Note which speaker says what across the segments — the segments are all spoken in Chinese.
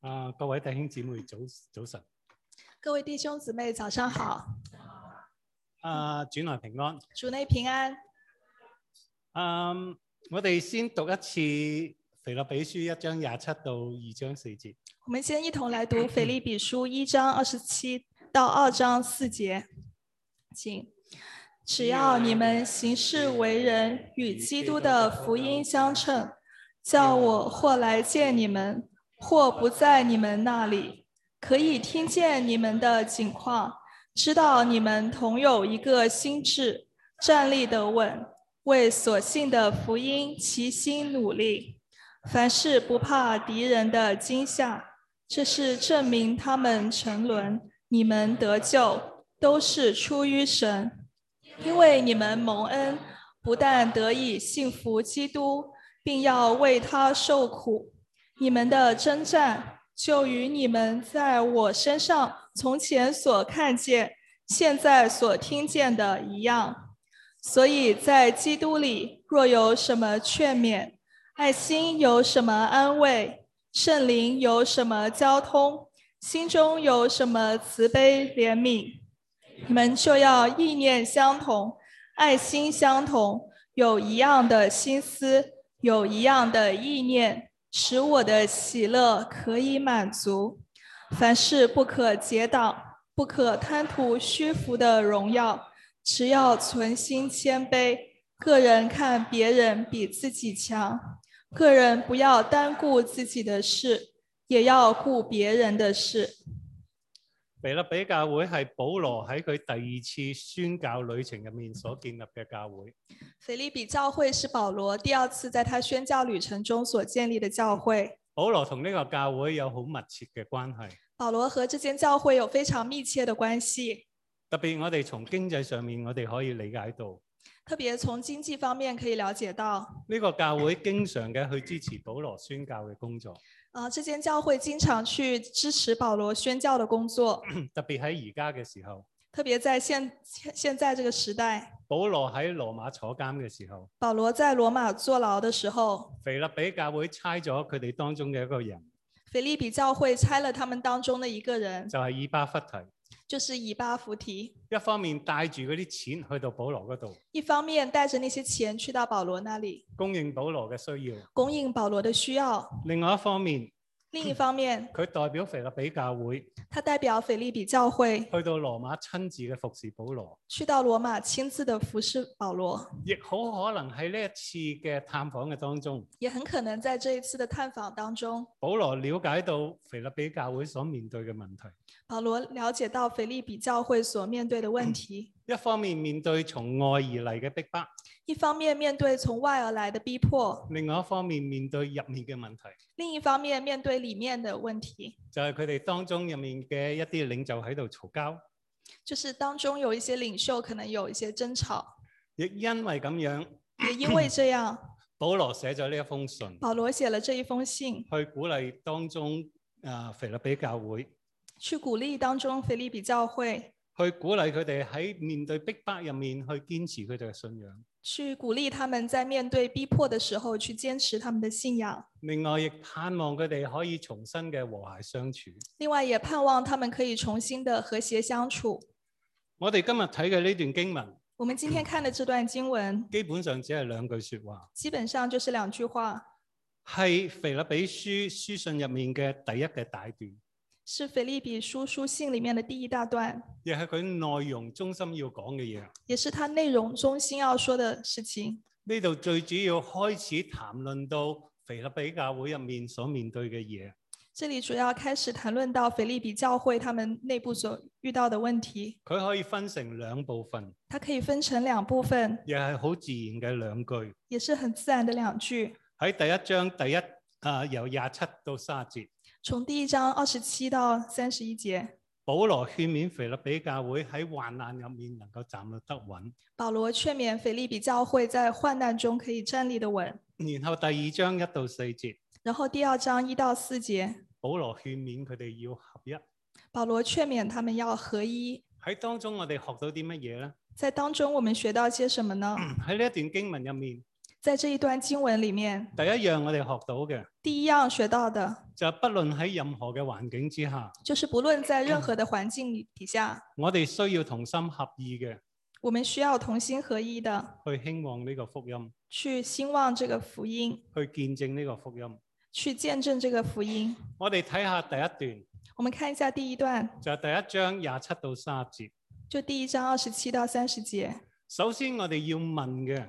Speaker 1: 啊，各位弟兄姊妹早早晨，
Speaker 2: 各位弟兄姊妹，早上好，
Speaker 1: 啊，主內平安。
Speaker 2: 主内平安。
Speaker 1: 嗯，我哋先讀一次腓立比書一章廿七到二章四節。
Speaker 2: 我们先一同来读《腓立比书》一章二十七到二章四节，请。只要你们行事为人与基督的福音相称，叫我或来见你们，或不在你们那里，可以听见你们的景况，知道你们同有一个心智，站立得稳，为所信的福音齐心努力。凡事不怕敌人的惊吓，这是证明他们沉沦，你们得救都是出于神，因为你们蒙恩，不但得以信服基督，并要为他受苦。你们的征战就与你们在我身上从前所看见、现在所听见的一样。所以在基督里，若有什么劝勉，爱心有什么安慰，圣灵有什么交通，心中有什么慈悲怜悯，你们就要意念相同，爱心相同，有一样的心思，有一样的意念，使我的喜乐可以满足。凡事不可结党，不可贪图虚浮的荣耀，只要存心谦卑，个人看别人比自己强。个人不要单顾自己的事，也要顾别人的事。
Speaker 1: 腓立比教會係保羅喺佢第二次宣教旅程入面所建立嘅教會。
Speaker 2: 腓立比教会是保罗第二次在他宣教旅程中所建立的教会。
Speaker 1: 保羅同呢個教會有好密切嘅關係，
Speaker 2: 保罗和这间教会有非常密切的关系，
Speaker 1: 特別我哋從經濟上面，我哋可以理解到
Speaker 2: 特别从经济方面可以了解到，
Speaker 1: 呢個教會經常嘅去支持保羅宣教嘅工作，
Speaker 2: 啊，这间教会经常去支持保罗宣教的工作，
Speaker 1: 嗯特別喺而家嘅時候，
Speaker 2: 特别在现现现在这个时代，
Speaker 1: 保羅喺羅馬坐監嘅時候，
Speaker 2: 保罗在罗马坐牢的时候，
Speaker 1: 腓立比教會差咗佢哋當中嘅一個人，
Speaker 2: 腓立比教会差了他们当中的一个人，
Speaker 1: 就係以巴弗提。
Speaker 2: 就是以巴弗提。
Speaker 1: 一方面帶住嗰啲錢去到保羅嗰度，
Speaker 2: 一方面带着那些钱去到保罗那里，
Speaker 1: 供應保羅嘅需要；
Speaker 2: 供应保罗的需要；
Speaker 1: 另外一方面，
Speaker 2: 另一方面，
Speaker 1: 佢代表腓立比教會
Speaker 2: 他代表腓利比教会
Speaker 1: 去到羅馬親自嘅服侍保羅，
Speaker 2: 去到罗马亲自的服侍保罗，
Speaker 1: 亦好可能喺呢一次嘅探訪嘅當中，
Speaker 2: 也很可能在这一次的探访当中，
Speaker 1: 保羅了解到腓立比教會所面對嘅問題。
Speaker 2: 保罗了解到腓利比教会所面对的问题。
Speaker 1: 一方面面對從外而嚟嘅逼迫，
Speaker 2: 一方面面对从外而来的逼迫，
Speaker 1: 另外一方面面對入面嘅問題，
Speaker 2: 另一方面面对里面的问题，
Speaker 1: 就係佢哋當中入面嘅一啲領袖喺度嘈交，
Speaker 2: 就是当中有一些领袖可能有一些争吵，
Speaker 1: 亦因為咁樣，
Speaker 2: 也因为这样，
Speaker 1: 保羅寫咗呢一封信。
Speaker 2: 保罗写了这一封信，
Speaker 1: 去鼓勵當中啊腓立比教會，
Speaker 2: 去鼓励当中腓利比教会
Speaker 1: 去鼓勵佢哋喺面對逼迫入面去堅持佢哋嘅信仰。
Speaker 2: 去鼓励他们在面对逼迫的时候去坚持他们的信仰，
Speaker 1: 另外，亦盼望佢哋可以重新嘅和諧相處。
Speaker 2: 另外也盼望他们可以重新的和谐相处。
Speaker 1: 我哋今日睇嘅呢段經文，
Speaker 2: 我们今天看的这段經文，
Speaker 1: 基本上只係兩句说話，
Speaker 2: 基本上就是两句话，
Speaker 1: 係腓立比書書信入面嘅第一嘅大段，
Speaker 2: 是腓利比书书信里面的第一大段，
Speaker 1: 亦係佢內容中心要講嘅嘢。
Speaker 2: 也是它内容中心要说的事情。
Speaker 1: 呢度最主要開始談論到腓立比教會入面所面對嘅嘢。
Speaker 2: 这里主要开始谈论到腓利比教会他们内部所遇到的问题，
Speaker 1: 佢可以分成兩部分，
Speaker 2: 它可以分成两部分，
Speaker 1: 亦係好自然嘅兩句。
Speaker 2: 也是很自然的两句。
Speaker 1: 喺第一章第一啊、由廿七到三十節，
Speaker 2: 从第一章二十七到三十一节，
Speaker 1: 保羅勸勉腓立比教會喺患難入面能夠站立得穩。
Speaker 2: 保罗劝勉腓利比教会在患难中可以站立得稳。
Speaker 1: 然後第二章一到四節，
Speaker 2: 然后第二章一到四节，
Speaker 1: 保羅勸勉佢哋要合一。
Speaker 2: 保罗劝勉他们要合一。
Speaker 1: 喺當中我哋學到啲乜嘢呢？
Speaker 2: 在当中我们学到些什么呢？
Speaker 1: 喺呢一段經文入面，
Speaker 2: 在这一段经文里面，
Speaker 1: 第一樣我哋學到嘅
Speaker 2: 第一样学到的
Speaker 1: 就係，不論喺任何嘅環境之下，
Speaker 2: 就是，不论在任何的环境底下，
Speaker 1: 我哋需要同心合意嘅
Speaker 2: 我们需要同心合一的
Speaker 1: 去興旺呢個福音，
Speaker 2: 去兴旺这个福音，
Speaker 1: 去見證呢個福音。
Speaker 2: 去见证这个福音。
Speaker 1: 我哋睇下第一段，
Speaker 2: 我们看一下第一段，
Speaker 1: 就係第一章廿七到三十節。
Speaker 2: 就第一章二十七到三十节。
Speaker 1: 首先我哋要問嘅，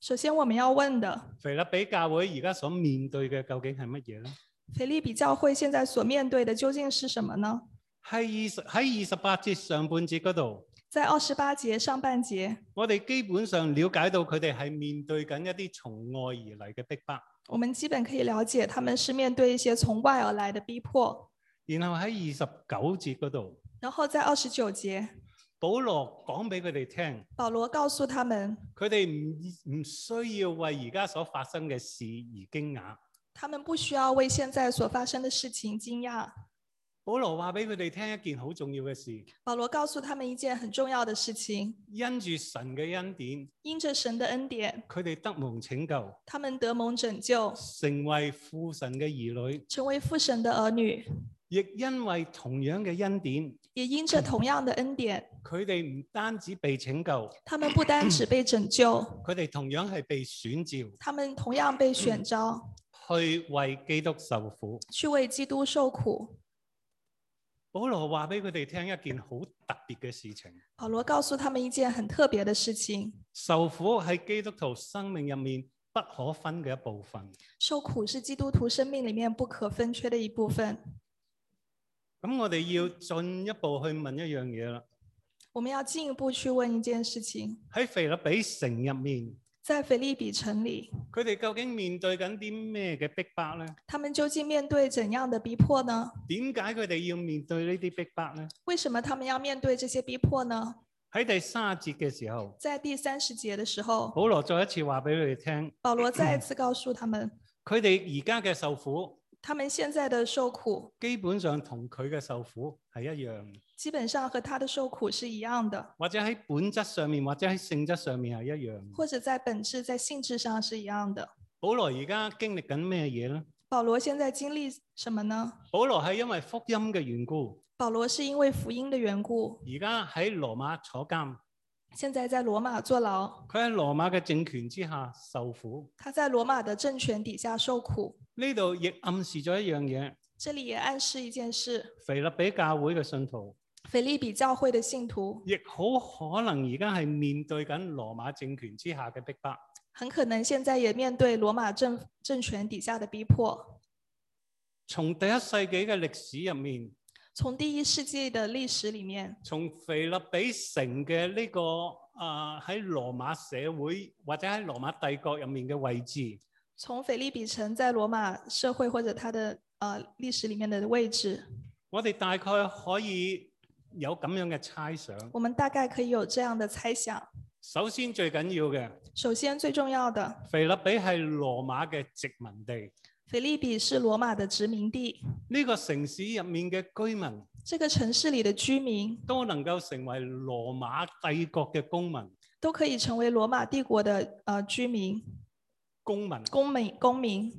Speaker 2: 首先我们要问的，
Speaker 1: 腓立比教會而家所面對嘅究竟係乜嘢呢？
Speaker 2: 腓利比教会现在所面对的究竟是什么呢？
Speaker 1: 喺二十喺二十八節上半節嗰度，
Speaker 2: 在二十八节上半节，
Speaker 1: 我哋基本上了解到佢哋係面對緊一啲從愛而嚟嘅逼迫。
Speaker 2: 我们基本可以了解他们是面对一些从外而来的逼迫。
Speaker 1: 然後喺二十九節嗰度，
Speaker 2: 然后在二十九节，
Speaker 1: 保羅講俾佢哋聽，
Speaker 2: 保罗告诉他们，
Speaker 1: 佢哋唔唔需要為而家所發生嘅事而驚訝。
Speaker 2: 他们不需要为现在所发生的事情惊讶。
Speaker 1: 保羅話俾佢哋聽一件好重要嘅事，
Speaker 2: 保罗告诉他们一件很重要的事情：
Speaker 1: 因住神嘅恩典，
Speaker 2: 因着神的恩典，
Speaker 1: 佢哋得蒙拯救，
Speaker 2: 他们得蒙拯救，
Speaker 1: 成為父神嘅兒女。
Speaker 2: 成为父神的儿女；
Speaker 1: 亦因為同樣嘅恩典，
Speaker 2: 也因着同样的恩典，
Speaker 1: 佢哋唔單止被拯救，
Speaker 2: 他们不单只被拯救，
Speaker 1: 佢哋同樣係被選召
Speaker 2: 他们同样被选召
Speaker 1: 去為基督受苦。
Speaker 2: 去为基督受苦。
Speaker 1: 保羅話俾佢哋聽一件好特別嘅事情。
Speaker 2: 保罗告诉他们一件很特别的事情：
Speaker 1: 受苦喺基督徒生命入面不可分嘅一部分。
Speaker 2: 受苦是基督徒生命里面不可分缺的一部分。
Speaker 1: 咁我哋要進一步去問一樣嘢啦。
Speaker 2: 我们要进一步去问一件事情：
Speaker 1: 喺腓立比城入面，
Speaker 2: 在腓利比城里，
Speaker 1: 佢哋究竟面對緊啲咩嘅逼迫呢？
Speaker 2: 他们究竟面对怎样的逼迫呢？
Speaker 1: 點解佢哋要面對呢啲逼迫呢？
Speaker 2: 为什么他们要面对这些逼迫呢？
Speaker 1: 喺第三節嘅時候，
Speaker 2: 在第三十节的时候，
Speaker 1: 保羅再一次話俾佢哋聽，
Speaker 2: 保罗再一次告诉他们，
Speaker 1: 佢哋而家嘅受苦
Speaker 2: 他们现在的受苦
Speaker 1: 基本上同佢嘅受苦係一樣，
Speaker 2: 基本上和他的受苦是一样的，
Speaker 1: 或者喺本質上面，或者喺性質上面係一樣。
Speaker 2: 或者在本质、在性质上是一样的。
Speaker 1: 保羅而家經歷緊咩嘢呢？
Speaker 2: 保罗现在经历什么呢？
Speaker 1: 保羅係因為福音嘅緣故，
Speaker 2: 保罗是因为福音的缘故，
Speaker 1: 而家喺羅馬坐監。
Speaker 2: 现在在罗马坐牢，
Speaker 1: 佢喺羅馬嘅政權之下受苦。
Speaker 2: 他在罗马的政权底下受苦。
Speaker 1: 呢度亦暗示咗一樣嘢，
Speaker 2: 这里也暗示一件事：
Speaker 1: 腓立比教會嘅信徒
Speaker 2: 腓利比教会的信徒
Speaker 1: 亦好可能而家係面對緊羅馬政權之下嘅逼迫。
Speaker 2: 很可能现在也面对罗马政政权底下的逼迫。
Speaker 1: 從第一世紀嘅歷史入面，
Speaker 2: 从第一世纪的歷史里面，
Speaker 1: 從腓立比城嘅呢、個啊喺、羅馬社會或者喺羅馬帝國入面嘅位置，
Speaker 2: 从腓利比城在罗马社会或者它的呃历史里面的位置，
Speaker 1: 我哋大概可以有咁樣嘅猜想。
Speaker 2: 我们大概可以有这样的猜想：
Speaker 1: 首先最緊要嘅，
Speaker 2: 首先，最重要的，
Speaker 1: 腓立比係羅馬嘅殖民地。
Speaker 2: 腓利比是罗马的殖民地，
Speaker 1: 呢個城市入面嘅居民
Speaker 2: 这个城市里的居民
Speaker 1: 都能夠成為羅馬帝國嘅公民，
Speaker 2: 都可以成为罗马帝国的呃居民、
Speaker 1: 公民
Speaker 2: 公民、公民，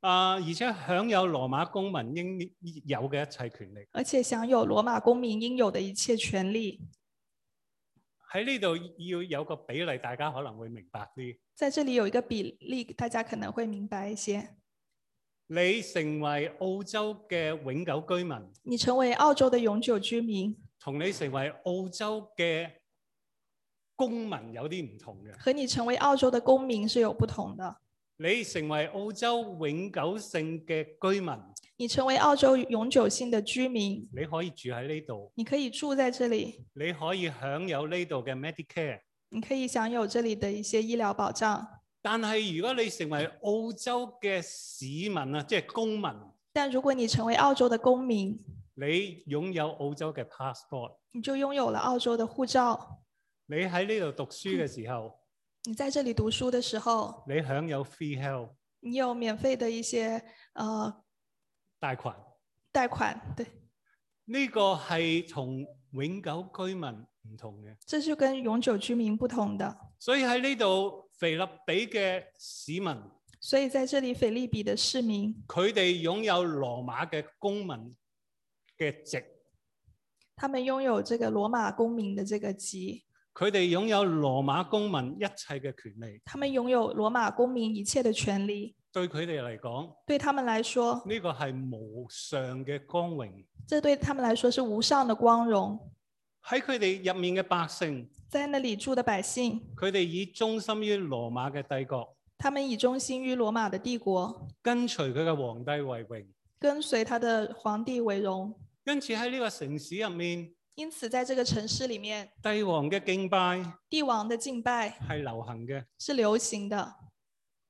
Speaker 1: 啊、而且享有羅馬公民應有嘅一切權利。
Speaker 2: 而且享有罗马公民应有的一切权利。
Speaker 1: 喺呢度要有個比例，大家可能會明白啲。
Speaker 2: 在这里有一个比例，大家可能会明白一些。
Speaker 1: 你成為澳洲嘅永久居民，
Speaker 2: 你成为澳洲的永久居民，
Speaker 1: 同你成為澳洲嘅公民有啲唔同嘅。
Speaker 2: 和你成为澳洲的公民是有不同的。
Speaker 1: 你成為澳洲永久性嘅居民，
Speaker 2: 你成为澳洲永久性的居民，
Speaker 1: 你可以住喺呢度，
Speaker 2: 你可以住在这里，
Speaker 1: 你可以享有呢度嘅 Medicare。
Speaker 2: 你可以享有这里的一些医疗保障。
Speaker 1: 但係如果你成為澳洲嘅市民啊，即係公民，
Speaker 2: 但如果你成为澳洲的公民，
Speaker 1: 你擁有澳洲嘅 passport，
Speaker 2: 你就拥有了澳洲的护照。
Speaker 1: 你喺呢度讀書嘅時候，
Speaker 2: 你在这里读书的时候，
Speaker 1: 你享有 free health
Speaker 2: 你有免费的一些呃
Speaker 1: 大群。
Speaker 2: 贷款，对，
Speaker 1: 呢、個係同永久居民唔同嘅，
Speaker 2: 这是跟永久居民不同的。
Speaker 1: 所以喺呢度腓立比嘅市民，
Speaker 2: 所以在这里，腓利比的市民，
Speaker 1: 佢哋擁有羅馬嘅公民嘅籍，
Speaker 2: 他们拥有这个罗马公民的这个籍，
Speaker 1: 佢哋擁有羅馬公民一切嘅權利。
Speaker 2: 他们拥有罗马公民一切的权利。
Speaker 1: 對佢哋嚟講，
Speaker 2: 对他们来说，
Speaker 1: 呢、個係無上嘅光榮。
Speaker 2: 这对他们来说是无上的光荣。
Speaker 1: 喺佢哋入面嘅百姓，
Speaker 2: 在那里住的百姓，
Speaker 1: 佢哋以忠心於羅馬嘅帝國，
Speaker 2: 他们以忠心于罗马的帝国，
Speaker 1: 跟隨佢嘅皇帝為榮。
Speaker 2: 跟随他的皇帝为荣。
Speaker 1: 因此喺呢個城市入面，
Speaker 2: 因此，在这个城市里面，
Speaker 1: 帝王嘅敬拜
Speaker 2: 帝王的敬拜
Speaker 1: 係流行嘅。
Speaker 2: 是流行的，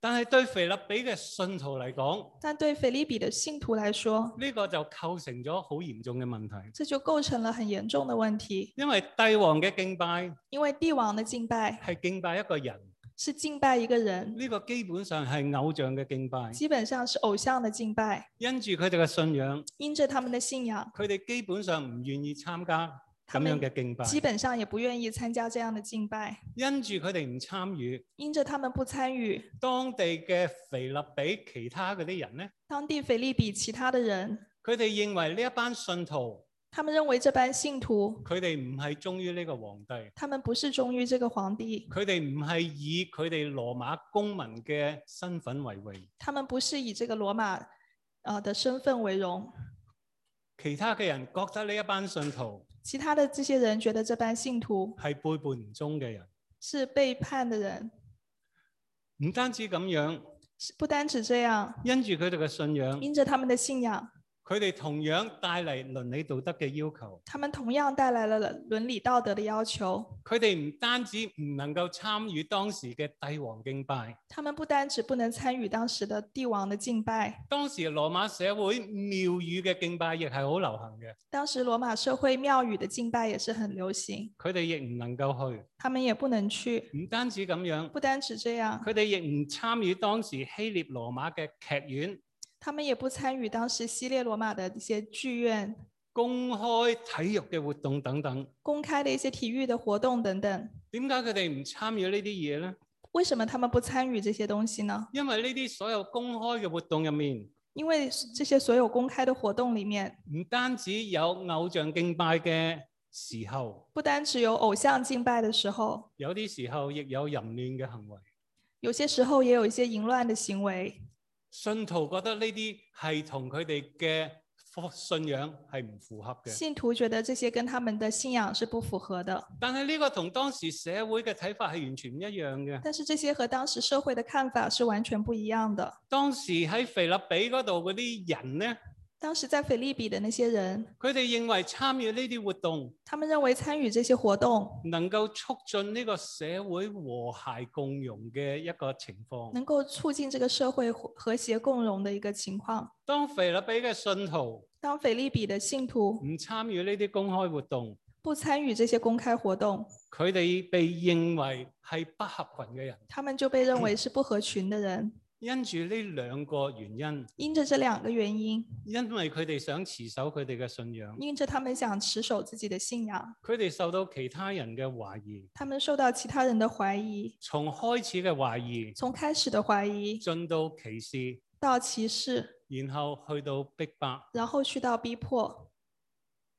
Speaker 1: 但係對腓立比嘅信徒嚟講，
Speaker 2: 但对腓利比的信徒来说，
Speaker 1: 呢、個就構成咗好嚴重嘅問題，
Speaker 2: 这就構成了很严重的问题。
Speaker 1: 因為帝王嘅敬拜
Speaker 2: 因为帝王的敬拜
Speaker 1: 係敬拜一個人，
Speaker 2: 是敬拜一个人，
Speaker 1: 呢、個基本上係偶像嘅敬拜。
Speaker 2: 基本上是偶像的敬拜。
Speaker 1: 因住佢哋嘅信仰，
Speaker 2: 因着他们的信仰，
Speaker 1: 佢哋基本上唔願意參加咁
Speaker 2: 他們
Speaker 1: 樣嘅敬拜。
Speaker 2: 基本上也不愿意参加这样的敬拜。
Speaker 1: 因住佢哋唔參與，
Speaker 2: 因着他们不参与，
Speaker 1: 當地嘅腓立比其他嗰啲人呢，
Speaker 2: 当地腓利比其他的人，
Speaker 1: 佢哋認為呢一班信徒，
Speaker 2: 他们认为这班信徒，
Speaker 1: 佢哋唔係忠於呢個皇帝，
Speaker 2: 他们不是忠于这个皇帝，
Speaker 1: 佢哋唔係以佢哋羅馬公民嘅身份為榮，
Speaker 2: 他们不是以这个罗马呃的身份为荣。
Speaker 1: 其他嘅人覺得呢一班信徒
Speaker 2: 其他的这些人觉得这班信徒
Speaker 1: 係背叛唔忠嘅人。
Speaker 2: 是背叛的人，
Speaker 1: 唔單止咁樣，
Speaker 2: 是不单只这样，
Speaker 1: 因住佢哋嘅信仰，
Speaker 2: 因着他们的信仰，
Speaker 1: 佢哋同樣帶嚟倫理道德嘅要求。
Speaker 2: 他们同样带来了伦理道德的要求。
Speaker 1: 佢哋唔單止唔能夠參與當時嘅帝王敬拜，
Speaker 2: 他们不单只不能参与當時的帝王的敬拜，
Speaker 1: 當時羅馬社會廟宇嘅敬拜亦係好流行嘅，
Speaker 2: 當時羅馬社会廟宇的敬拜也是很流行，
Speaker 1: 佢哋亦唔能夠去。
Speaker 2: 他们也不能去。
Speaker 1: 唔單止咁樣，
Speaker 2: 不單只這樣，
Speaker 1: 佢哋亦唔參與當時希臘羅馬嘅劇院
Speaker 2: 他们也不参與當時西列羅馬的一些剧院、
Speaker 1: 公開體育嘅活動等等。
Speaker 2: 公開的一些体育的活動等等。
Speaker 1: 點解佢哋唔參與呢啲嘢呢？
Speaker 2: 为什么他们不參與这些東西呢？
Speaker 1: 因為呢啲所有公開嘅活動入面，
Speaker 2: 因为这些所有公開的活動里面，
Speaker 1: 唔單止有偶像敬拜嘅時候，
Speaker 2: 不单只有偶像敬拜的时候，
Speaker 1: 有啲時候亦有淫亂嘅行為。
Speaker 2: 有些时候也有一些淫亂的行為。
Speaker 1: 信徒覺得呢啲係同佢哋嘅科信仰係唔符合嘅。
Speaker 2: 信徒覺得這些跟他们的信仰是不符合的。
Speaker 1: 但係呢個同當時社會嘅睇法係完全唔一樣嘅。
Speaker 2: 但是这些和当时社會的看法是完全不一样的。
Speaker 1: 當時喺腓立比嗰度嗰啲人呢，
Speaker 2: 当时在腓利比的那些人，
Speaker 1: 佢哋認為參與呢啲活動
Speaker 2: 他們認為參與这些活動
Speaker 1: 能夠促進呢個社會和諧共融嘅一個情況。
Speaker 2: 能夠促進这个社會和和諧共融的一個情況。
Speaker 1: 當腓立比嘅信徒
Speaker 2: 當腓利比的信徒
Speaker 1: 唔參與呢啲公開活動，
Speaker 2: 不參與这些公開活動，
Speaker 1: 佢哋被認為係不合群嘅人。
Speaker 2: 他們就被認為是不合群的人。
Speaker 1: 因住呢兩個原因，
Speaker 2: 因着这兩個原因，
Speaker 1: 因為佢哋想持守佢哋嘅信仰，
Speaker 2: 因着他們想持守自己的信仰，
Speaker 1: 佢哋受到其他人嘅懷疑，
Speaker 2: 他們受到其他人的懷疑，
Speaker 1: 從開始嘅懷疑，
Speaker 2: 從開始的懷疑
Speaker 1: 進到歧視，
Speaker 2: 到歧視，
Speaker 1: 然後去到逼迫。
Speaker 2: 然後去到逼迫。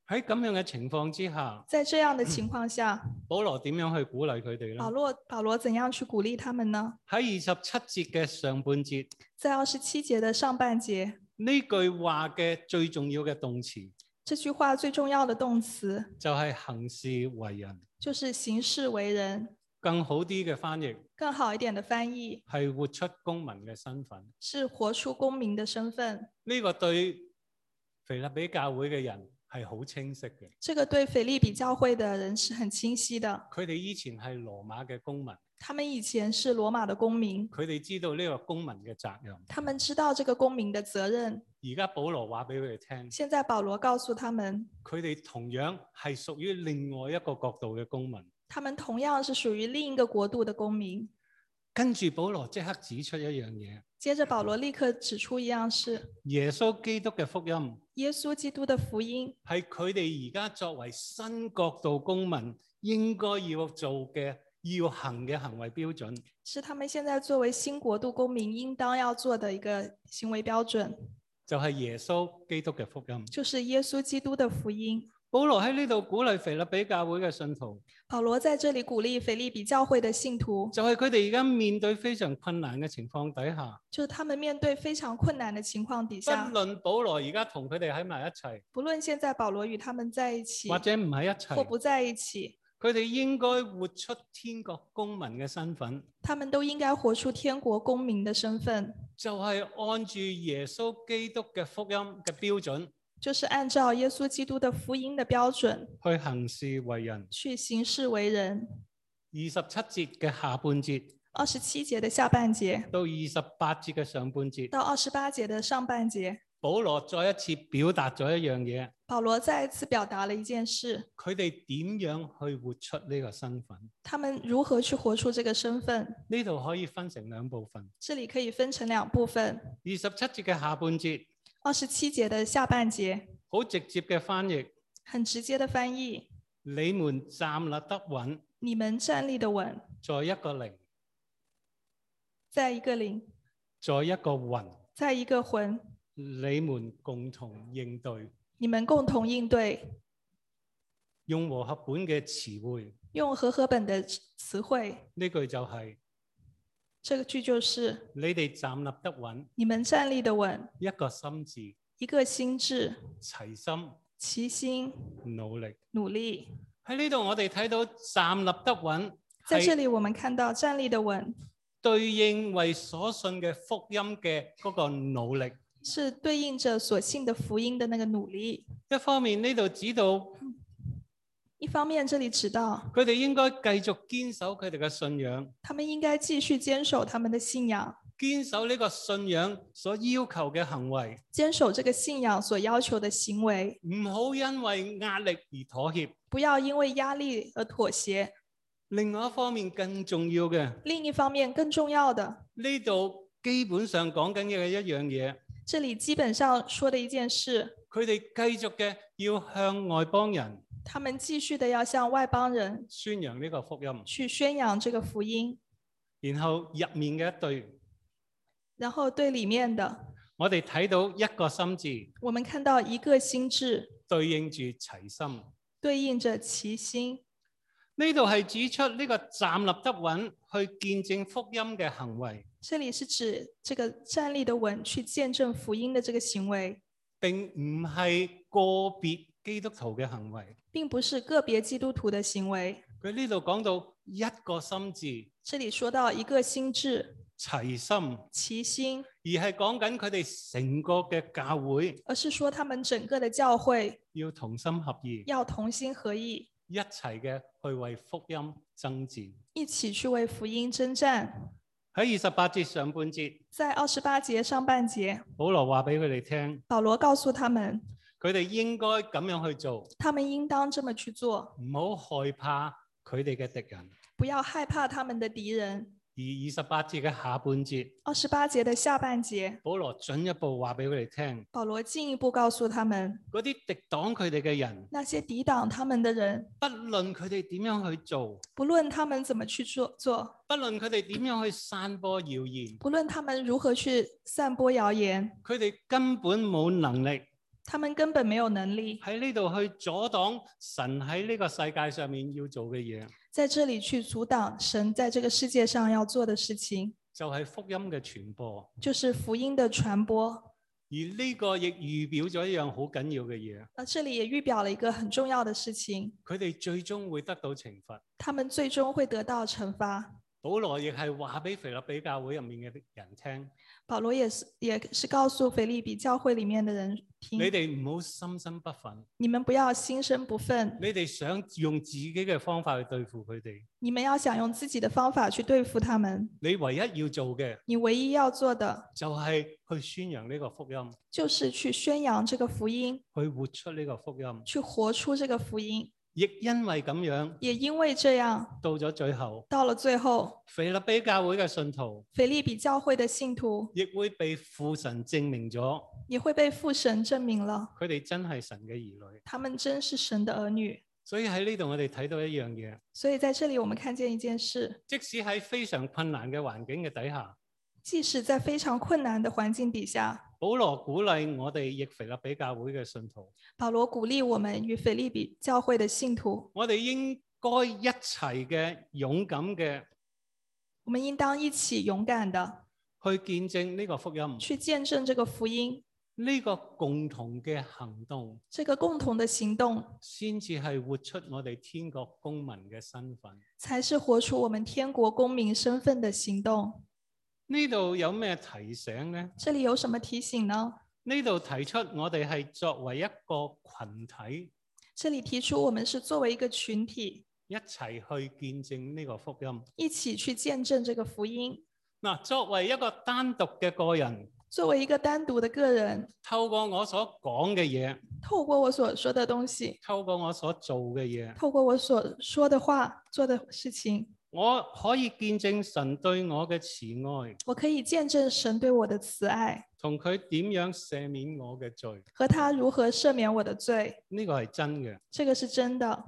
Speaker 1: 喺咁樣嘅情況之下，
Speaker 2: 在這樣的情況下，
Speaker 1: 保羅點樣去鼓勵佢哋呢？
Speaker 2: 保罗保罗怎样去鼓勵他們呢？
Speaker 1: 喺二十七節嘅上半節，
Speaker 2: 在二十七节的上半节，
Speaker 1: 呢句話嘅最重要嘅動詞
Speaker 2: 这句话最重要的動詞
Speaker 1: 就係行事為人。
Speaker 2: 就是行事為人。
Speaker 1: 更好啲嘅翻譯
Speaker 2: 更好一點的翻譯
Speaker 1: 係活出公民嘅身份。
Speaker 2: 是活出公民的身份。
Speaker 1: 呢、個對腓立比教會嘅人係好清晰嘅。
Speaker 2: 这个对腓利比教會的人是很清晰的。
Speaker 1: 佢哋以前係羅馬嘅公民，
Speaker 2: 他們以前是羅馬的公民，
Speaker 1: 佢哋知道呢個公民嘅責任。
Speaker 2: 他們知道这个公民的責任。
Speaker 1: 而家保羅話俾佢哋聽，
Speaker 2: 現在保羅告訴他們，
Speaker 1: 佢哋同樣係屬於另外一個角度嘅公民。
Speaker 2: 他們同樣是屬於另一個國度的公民。
Speaker 1: 跟住保羅即刻指出一樣嘢：
Speaker 2: 接着，保羅立刻指出一樣是
Speaker 1: 耶穌基督嘅福音
Speaker 2: 耶穌基督的福音，
Speaker 1: 係佢哋而家作為新角度公民應該要做嘅要行嘅行為標準。
Speaker 2: 是他们现在作为新国度公民应当要做的一个行为标准，
Speaker 1: 就係耶穌基督嘅福音。
Speaker 2: 就是耶稣基督的福音。
Speaker 1: 保羅喺呢度鼓勵腓立比教會嘅信徒，
Speaker 2: 保罗在这里鼓励腓利比教会的信徒，
Speaker 1: 就係佢哋而家面對非常困難嘅情況底下，
Speaker 2: 就是他们面对非常困难的情况底
Speaker 1: 不
Speaker 2: 下，
Speaker 1: 論保羅而家同佢哋喺埋一齊，
Speaker 2: 不论现在保罗与他们在一起
Speaker 1: 或者唔喺一
Speaker 2: 或
Speaker 1: 齊，
Speaker 2: 不在一起，
Speaker 1: 佢哋應該活出天國公民嘅身份，
Speaker 2: 他们都应该活出天国公民的身份，
Speaker 1: 就係按住耶穌基督嘅福音嘅標準
Speaker 2: 就是按照耶稣基督的福音的标准
Speaker 1: 去行事為人。
Speaker 2: 去行事为人。
Speaker 1: 二十七節嘅下半節
Speaker 2: 二十七节的下半节
Speaker 1: 到二十八節嘅上半節，
Speaker 2: 到二十八节的上半节，
Speaker 1: 保羅再一次表達咗一樣嘢。
Speaker 2: 保罗再一次表达了一件事：
Speaker 1: 佢哋點樣去活出呢個身份？
Speaker 2: 他们如何去活出这个身份。
Speaker 1: 呢度可以分成兩部分。
Speaker 2: 这里可以分成两部分。
Speaker 1: 二十七節嘅下半節，
Speaker 2: 二十七节的下半节，
Speaker 1: 好直接嘅翻譯：
Speaker 2: 很直接的翻译：
Speaker 1: 你們站立得穩，
Speaker 2: 你们站立的稳，
Speaker 1: 在一個靈，
Speaker 2: 在一个灵，
Speaker 1: 在一個魂，
Speaker 2: 在一个魂，
Speaker 1: 你們共同應對。
Speaker 2: 你们共同应对。
Speaker 1: 用和合本嘅詞彙，
Speaker 2: 用和合本的词汇，
Speaker 1: 呢句就係、
Speaker 2: 这个句就是
Speaker 1: 你哋站立得穩，
Speaker 2: 你们站立的稳，
Speaker 1: 一個心智，
Speaker 2: 一个心智，
Speaker 1: 齊心
Speaker 2: 齐心
Speaker 1: 努力。
Speaker 2: 努力。
Speaker 1: 喺呢度我哋睇到站立得穩
Speaker 2: 在这
Speaker 1: 係
Speaker 2: 里，我们看到站立的稳
Speaker 1: 對應為所信嘅福音嘅嗰個努力。
Speaker 2: 是对应着所信的福音的那个努力。
Speaker 1: 一方面呢度指導
Speaker 2: 一方面，这里指到
Speaker 1: 佢哋應該繼續堅守佢哋嘅信仰，
Speaker 2: 他们应該繼續堅守他们的信仰，
Speaker 1: 堅守呢個信仰所要求嘅行為，
Speaker 2: 堅守这个信仰所要求的行為，
Speaker 1: 唔好因為壓力而妥協。
Speaker 2: 不要因為壓力而妥協。
Speaker 1: 另外一方面更重要嘅，
Speaker 2: 另一方面，更重要的，
Speaker 1: 呢度基本上講緊嘅一樣嘢，
Speaker 2: 这里基本上说的一件事，
Speaker 1: 佢哋繼續嘅要向外邦人
Speaker 2: 他们繼續的要向外邦人
Speaker 1: 宣揚呢個福音，
Speaker 2: 去宣揚这个福音，
Speaker 1: 然後入面嘅一對，
Speaker 2: 然后對里面的，
Speaker 1: 我哋睇到一個心智
Speaker 2: 我們看到一個心智
Speaker 1: 對應住齊心。
Speaker 2: 對應着其心。
Speaker 1: 呢度係指出呢個站立得穩去見證福音嘅行為。
Speaker 2: 这里是指这个站立的稳去见证福音的这个行為，
Speaker 1: 並唔係個別基督徒嘅行為。
Speaker 2: 並不是個別基督徒的行為。
Speaker 1: 佢呢度講到一個心智
Speaker 2: 这里说到一個心智，
Speaker 1: 齊心，
Speaker 2: 齐心，
Speaker 1: 而係講緊佢哋成個嘅教會
Speaker 2: 而是说他们整个的教会
Speaker 1: 要同心合意，
Speaker 2: 要同心合意，
Speaker 1: 一齊嘅去為福音爭戰。
Speaker 2: 一起去为福音征战。
Speaker 1: 喺二十八節上半節，
Speaker 2: 在二十八节上半节，
Speaker 1: 保羅話俾佢哋聽，
Speaker 2: 保罗告诉他们，
Speaker 1: 佢哋應該咁樣去做，
Speaker 2: 他们应当这么去做，
Speaker 1: 唔好害怕佢哋嘅敵人。
Speaker 2: 不要害怕他们的敌人。
Speaker 1: 而二十八節嘅下半節，
Speaker 2: 二十八节的下半节，
Speaker 1: 保羅進一步話俾佢哋聽，
Speaker 2: 保罗进一步告诉他们，
Speaker 1: 嗰啲敵擋佢哋嘅人，
Speaker 2: 那些抵挡他们的人，
Speaker 1: 不論佢哋點樣去做。
Speaker 2: 不论他们怎么去做做，
Speaker 1: 不論佢哋點樣去散播謠言，
Speaker 2: 不论他们如何去散播谣言，
Speaker 1: 佢哋根本冇能力
Speaker 2: 他们根本没有能力
Speaker 1: 喺呢度去阻擋神喺呢個世界上面要做嘅嘢，
Speaker 2: 在这里去阻挡神在这个世界上要做的事情，
Speaker 1: 就係福音嘅傳播。
Speaker 2: 就是福音的传播。
Speaker 1: 而呢個亦預表咗一樣好緊要嘅嘢，
Speaker 2: 那呃这里也预表了一个很重要的事情，
Speaker 1: 佢哋最終會得到懲罰。
Speaker 2: 他們最終会得到惩罚。
Speaker 1: 保羅亦係話俾腓立比教會入面嘅人聽：
Speaker 2: 保罗也是也是告诉腓利比教会里面的人听
Speaker 1: 你：哋唔好心生不忿，
Speaker 2: 你们不要心生不忿，
Speaker 1: 你哋想用自己嘅方法去對付佢哋，
Speaker 2: 你们要想用自己的方法去对付他们。
Speaker 1: 你唯一要做嘅
Speaker 2: 你唯一要做的
Speaker 1: 就係去宣揚呢個福音，
Speaker 2: 就是去宣扬这个福音，
Speaker 1: 去活出呢個福音。
Speaker 2: 去活出这个福音。
Speaker 1: 亦因為咁樣，
Speaker 2: 也因为这样，
Speaker 1: 到咗最後，
Speaker 2: 到了最后，
Speaker 1: 腓立比教會嘅信徒
Speaker 2: 腓利比教会的信徒
Speaker 1: 亦會被父神證明咗，
Speaker 2: 也会被父神证明了，
Speaker 1: 佢哋真係神嘅兒女。
Speaker 2: 他们真是神的儿女。
Speaker 1: 所以喺呢度我哋睇到一樣嘢，
Speaker 2: 所以在这里我们看见一件事：
Speaker 1: 即使喺非常困難嘅環境嘅底下，
Speaker 2: 即使在非常困難的环境底下，
Speaker 1: 保羅鼓勵我哋亦腓立比教會嘅信徒，
Speaker 2: 保罗鼓励我们与腓利比教会的信徒，
Speaker 1: 我哋應該一齊嘅勇敢嘅
Speaker 2: 我们应当一起勇敢的
Speaker 1: 去見證呢個福音，
Speaker 2: 去见证这个福音，
Speaker 1: 呢、個共同嘅行動，
Speaker 2: 这个共同的行动
Speaker 1: 先至係活出我哋天國公民嘅身份。
Speaker 2: 才是活出我们天国公民身份的行动。
Speaker 1: 呢度有咩提醒呢？
Speaker 2: 这里有什么提醒呢？
Speaker 1: 呢度提出我哋係作為一個群體
Speaker 2: 这里提出我们是作为一个群体
Speaker 1: 一齊去見證呢個福音。
Speaker 2: 一起去见证这个福音。
Speaker 1: 嗱，作為一個單獨嘅個人，
Speaker 2: 作为一个单独的个人，
Speaker 1: 透過我所講嘅嘢，
Speaker 2: 透過我所说的东西，
Speaker 1: 透過我所做嘅嘢，
Speaker 2: 透过我所说的话、做的事情，
Speaker 1: 我可以見證神對我嘅慈愛，
Speaker 2: 我可以见证神对我的慈爱
Speaker 1: 同佢點樣赦免我嘅罪，
Speaker 2: 和他如何赦免我的罪，
Speaker 1: 呢、個係真嘅。
Speaker 2: 这个是真的。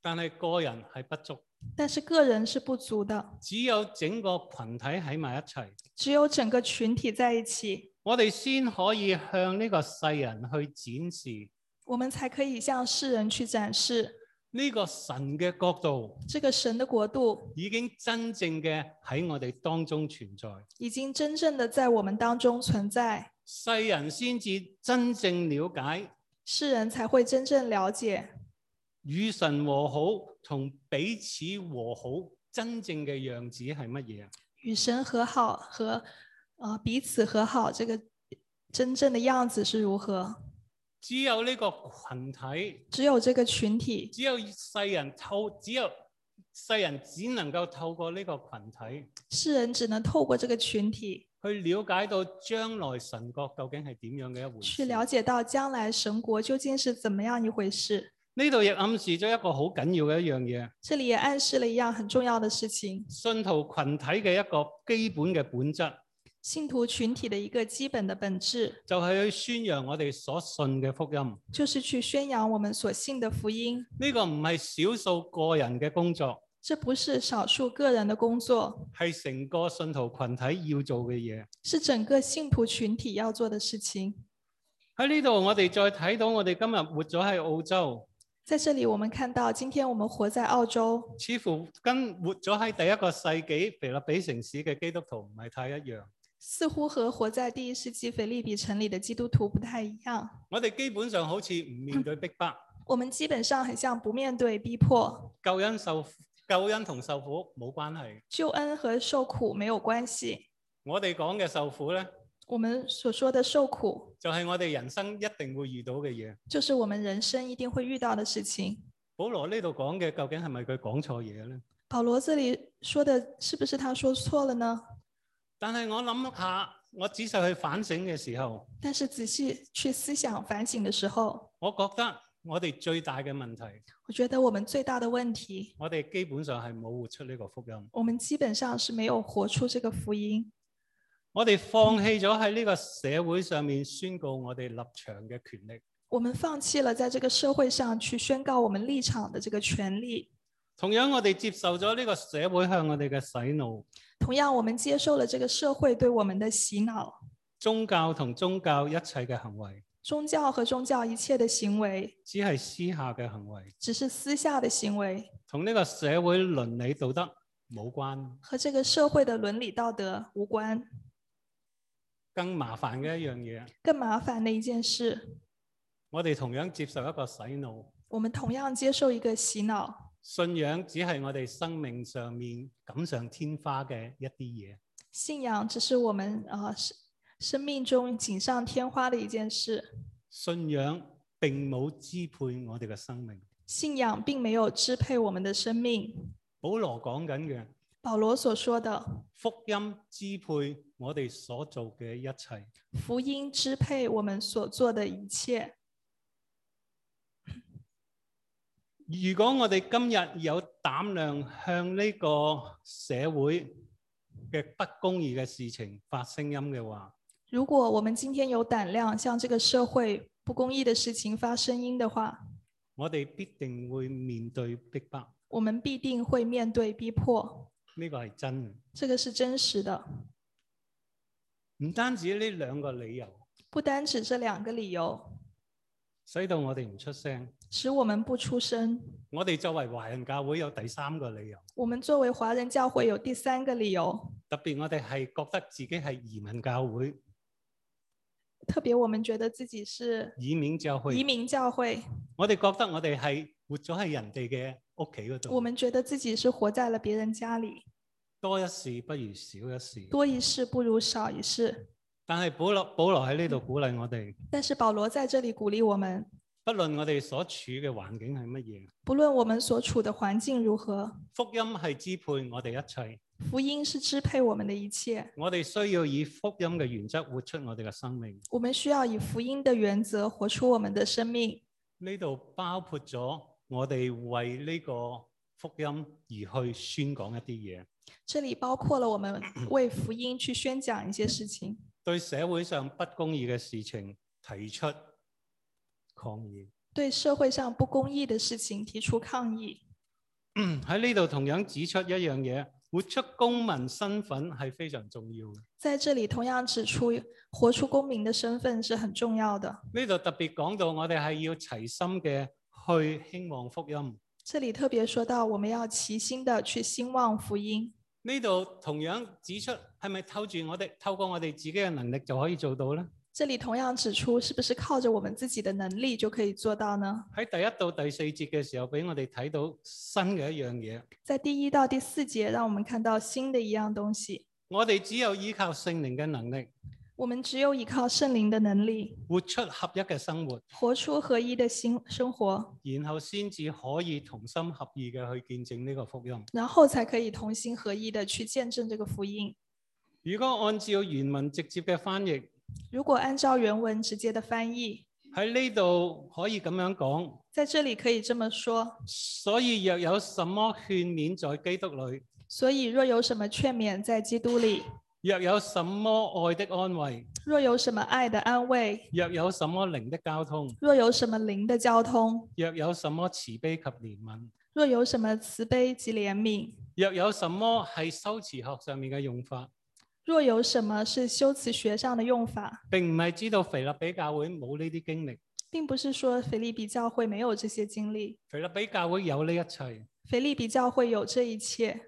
Speaker 1: 但係個人係不足，
Speaker 2: 但是个人是不足的，
Speaker 1: 只有整個群體喺埋一齊，
Speaker 2: 只有整个群体在一起，
Speaker 1: 我哋先可以向呢個世人去展示
Speaker 2: 我们才可以向世人去展示
Speaker 1: 呢、個神嘅角度
Speaker 2: 这个神的国度
Speaker 1: 已經真正嘅喺我哋當中存在，
Speaker 2: 已经真正的在我们当中存在，
Speaker 1: 世人先至真正了解
Speaker 2: 世人才会真正了解
Speaker 1: 與神和好同彼此和好真正嘅樣子係乜嘢。啊
Speaker 2: 与神和好和呃彼此和好这个真正的样子是如何。
Speaker 1: 只有呢個群體，
Speaker 2: 只有这个群体，
Speaker 1: 只有世人透，只有世人只能夠透過呢個群體。
Speaker 2: 世人只能透过这个群体
Speaker 1: 去了解到將來神國究竟係點樣嘅一回
Speaker 2: 去
Speaker 1: 事。
Speaker 2: 了解到将来神国究竟是怎么样一回事。
Speaker 1: 呢度亦暗示咗一個好緊要嘅一樣嘢，
Speaker 2: 这里也暗示了一样很重要的事情：
Speaker 1: 信徒群體嘅一個基本嘅本質，
Speaker 2: 信徒群体的一个基本的本 质，
Speaker 1: 就係去宣揚我哋所信嘅福音。呢、
Speaker 2: 就是去宣扬我们所信的福音。
Speaker 1: 個唔係少數個人嘅工作，
Speaker 2: 这不是少数个人的工作，
Speaker 1: 係成個信徒群體要做嘅嘢。
Speaker 2: 是整个信徒群体要做的事情。
Speaker 1: 喺呢度，我哋再睇到我哋今日活咗喺澳洲，
Speaker 2: 在这里，我们看到今天我们活在澳洲，
Speaker 1: 似乎跟活咗喺第一個世紀腓立比城市嘅基督徒唔係太一樣。
Speaker 2: 似乎和活在第一世纪腓利比城里的基督徒不太一样。
Speaker 1: 我哋基本上好似唔面對逼迫。
Speaker 2: 我们基本上很像不面对逼迫，
Speaker 1: 救恩受救恩同受苦冇關係。
Speaker 2: 救恩和受苦没有关系。
Speaker 1: 我哋講嘅受苦咧，
Speaker 2: 我们所说的受苦，
Speaker 1: 就係我哋人生一定會遇到嘅嘢。
Speaker 2: 就是我们人生一定会遇到的事情。
Speaker 1: 保羅呢度講嘅究竟係咪佢講錯嘢咧？
Speaker 2: 保罗这里说的是不是他说错了呢？
Speaker 1: 但係我諗下，我仔細去反省嘅時候，
Speaker 2: 但是仔细去思想反省的时候，
Speaker 1: 我覺得我哋最大嘅問題，
Speaker 2: 我觉得我们最大的问题，
Speaker 1: 我哋基本上係冇活出呢個福音。
Speaker 2: 我们基本上是没有活出这个福音，
Speaker 1: 我哋放棄咗喺呢個社會上面宣告我哋立場嘅權力，
Speaker 2: 我们放弃了在这个社会上去宣告我们立场的这个权利。
Speaker 1: 同樣我哋接受咗呢個社會向我哋嘅洗腦，
Speaker 2: 同样，我们接受了这个社会对我们的洗脑，
Speaker 1: 宗教同宗教一切嘅行為。
Speaker 2: 宗教和宗教一切的行为
Speaker 1: 只係私下嘅行為，
Speaker 2: 只是私下的行为，
Speaker 1: 同呢個社會倫理道德冇關。
Speaker 2: 和这个社会的伦理道德无关。
Speaker 1: 更麻煩嘅一樣嘢，
Speaker 2: 更麻烦的一件事，
Speaker 1: 我哋同樣接受一個洗腦，
Speaker 2: 我们同样接受一个洗脑，
Speaker 1: 信仰只係我哋生命上面錦上添花嘅一啲嘢。
Speaker 2: 信仰只是我们啊生、生命中锦上添花的一件事，
Speaker 1: 信仰並冇支配我哋嘅生命。
Speaker 2: 信仰并没有支配我们的生命。
Speaker 1: 保羅講緊嘅
Speaker 2: 保罗所说的
Speaker 1: 福音支配我哋所做嘅一切。
Speaker 2: 福音支配我们所做的一切。
Speaker 1: 如果我哋今日有膽量向呢個社會嘅不公義嘅事情發聲音嘅話，
Speaker 2: 如果我们今天有胆量向这个社会不公义的事情发声音的话，
Speaker 1: 我哋必定會面對逼迫，
Speaker 2: 我们必定会面对逼迫，
Speaker 1: 呢、個係真嘅。
Speaker 2: 这个是真实的。
Speaker 1: 唔單止呢兩個理由，
Speaker 2: 不单指这两个理由
Speaker 1: 使到我哋唔出聲。
Speaker 2: 使我们不出声，
Speaker 1: 我哋作為華人教會有第三個理由，
Speaker 2: 我们作为华人教会有第三个理由，
Speaker 1: 特別我哋係覺得自己係移民教會，
Speaker 2: 特别我们觉得自己是
Speaker 1: 移民教
Speaker 2: 移
Speaker 1: 會，
Speaker 2: 民教会，
Speaker 1: 我哋覺得我哋係活咗喺人哋嘅屋企嗰
Speaker 2: 我
Speaker 1: 度，
Speaker 2: 们觉得自己是活在了别人家里，
Speaker 1: 多一事不如少一事。
Speaker 2: 多一事不如少一事。
Speaker 1: 但係保羅保羅喺呢度鼓勵我哋，
Speaker 2: 但是保罗在这里鼓励我们，
Speaker 1: 不論我哋所處嘅環境係乜嘢，
Speaker 2: 不论我们所处的环境如何，
Speaker 1: 福音係支配我哋一切，
Speaker 2: 福音是支配我们的一切。
Speaker 1: 我哋需要以福音嘅原則活出我哋嘅生命。
Speaker 2: 我们需要以福音的原则活出我们的生命，
Speaker 1: 呢度包括咗我哋為呢個福音而去宣講一啲嘢，
Speaker 2: 这里包括了我们为福音去宣讲一些事情，
Speaker 1: 對社會上不公義嘅事情提出抗議。
Speaker 2: 对社会上不公义的事情提出抗议。
Speaker 1: 喺呢度同樣指出一樣嘢，活出公民身份係非常重要嘅。
Speaker 2: 在这里同样指出，活出公民的身份是很重要的。
Speaker 1: 呢度特別講到我哋係要齊心嘅去興旺福音。
Speaker 2: 这里特别说到，我们要齐心的去兴旺福音。
Speaker 1: 呢度同樣指出係咪透住我哋透過我哋自己嘅能力就可以做到呢？
Speaker 2: 这里同样指出，是不是靠着我们自己的能力就可以做到呢？
Speaker 1: 喺第一到第四節嘅時候，俾我哋睇到新嘅一樣嘢。
Speaker 2: 在第一到第四节，让我们看到新的一样东西。
Speaker 1: 我哋只有依靠聖靈嘅能力，
Speaker 2: 我们只有依靠圣灵的能力，
Speaker 1: 活出合一嘅生活，
Speaker 2: 活出合一的新生活，
Speaker 1: 然後先至可以同心合意嘅去見證呢個福音。
Speaker 2: 然后才可以同心合一的去见证这个福音。
Speaker 1: 如果按照原文直接嘅翻譯，
Speaker 2: 如果按照原文直接的翻译，
Speaker 1: 喺呢度可以咁樣講。
Speaker 2: 在这里可以这么说：
Speaker 1: 所以若有什麼勸勉在基督裏，
Speaker 2: 所以若有什么劝勉在基督里，
Speaker 1: 若有什麼愛的安慰，
Speaker 2: 若有什么爱的安慰，
Speaker 1: 若有什麼靈的交通，
Speaker 2: 若有什么灵的交通，
Speaker 1: 若有什麼慈悲及憐憫，
Speaker 2: 若有什么慈悲及怜悯，
Speaker 1: 若有什麼係修辭學上面嘅用法，
Speaker 2: 若有什么是修辞学上的用法，
Speaker 1: 並唔係知道腓立比教會冇呢啲經歷，
Speaker 2: 并不是说腓利比教会没有这些经历，
Speaker 1: 腓立比教會有呢一切。
Speaker 2: 腓利比教会有这一切。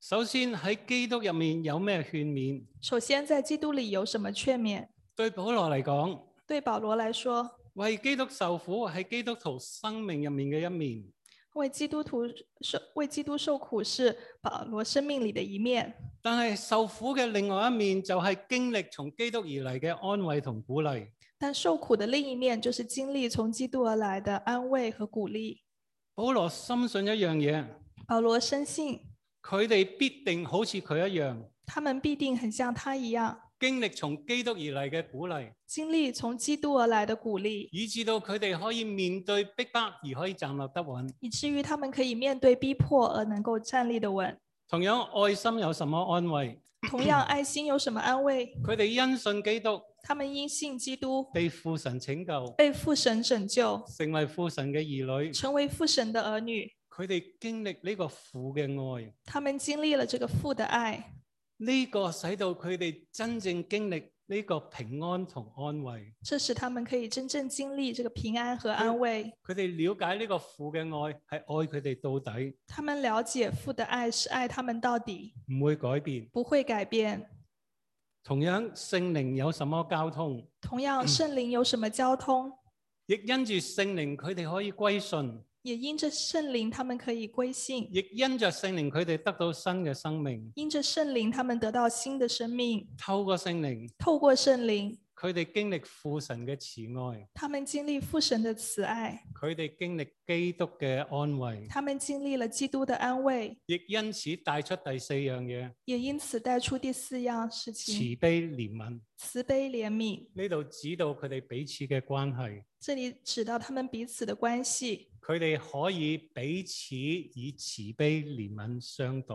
Speaker 1: 首先喺基督入面有咩勸勉？
Speaker 2: 首先，在基督里有什么劝勉？
Speaker 1: 對保羅嚟講，
Speaker 2: 对保罗来说，
Speaker 1: 為基督受苦係基督徒生命入面嘅一面。
Speaker 2: 为基督徒受为基督受苦是保罗生命里的一面，
Speaker 1: 但係受苦嘅另外一面就係經歷從基督而嚟嘅安慰同鼓勵。
Speaker 2: 但受苦的另一面就是经历从基督而来的安慰和鼓励。
Speaker 1: 保羅深信一樣嘢，
Speaker 2: 保罗深信
Speaker 1: 佢哋必定好似佢一樣，
Speaker 2: 他们必定很像他一样，
Speaker 1: 經歷從基督而嚟嘅鼓勵，
Speaker 2: 经历从基督而来的鼓励，
Speaker 1: 以至到佢哋可以面對逼迫而可以站立得穩。
Speaker 2: 以至于他们可以面对逼迫而能够站立得稳。
Speaker 1: 同樣愛心有什麼安慰？
Speaker 2: 同样，爱心有什么安慰？
Speaker 1: 佢哋因信基督
Speaker 2: 他们因信基督
Speaker 1: 被父神拯救，
Speaker 2: 被父神拯救，
Speaker 1: 成為父神嘅兒女。
Speaker 2: 成为父神的儿女。
Speaker 1: 佢哋經歷呢個父嘅愛，
Speaker 2: 他们经历了这个父的爱，
Speaker 1: 呢、個使到佢哋真正經歷呢個平安同安慰。
Speaker 2: 这使他们可以真正经历这个平安和安慰。
Speaker 1: 佢哋了解呢個父嘅愛係愛佢哋到底，
Speaker 2: 他们了解父的爱是爱他们到底，
Speaker 1: 唔會改變。
Speaker 2: 不会改变。
Speaker 1: 同樣聖靈有什麼交通，
Speaker 2: 同样，圣灵有什么交通，
Speaker 1: 亦因住聖靈佢哋可以歸信，
Speaker 2: 也因着圣灵，他们可以归信；
Speaker 1: 亦因着聖靈佢哋得到新嘅生命。
Speaker 2: 因着圣灵，他们得到新的生命。
Speaker 1: 透過聖靈，
Speaker 2: 透过圣灵，
Speaker 1: 佢哋經歷父神嘅慈愛，
Speaker 2: 他们经历父神的慈爱，
Speaker 1: 佢哋經歷基督嘅安慰，
Speaker 2: 他们经历了基督的安慰，
Speaker 1: 亦因此帶出第四樣嘢
Speaker 2: 也因此带出第四样事情：
Speaker 1: 慈悲憐憫。
Speaker 2: 慈悲怜悯。
Speaker 1: 呢度指到佢哋彼此嘅關係，
Speaker 2: 这里指到他们彼此的关系，
Speaker 1: 佢哋可以彼此以慈悲憐憫相待。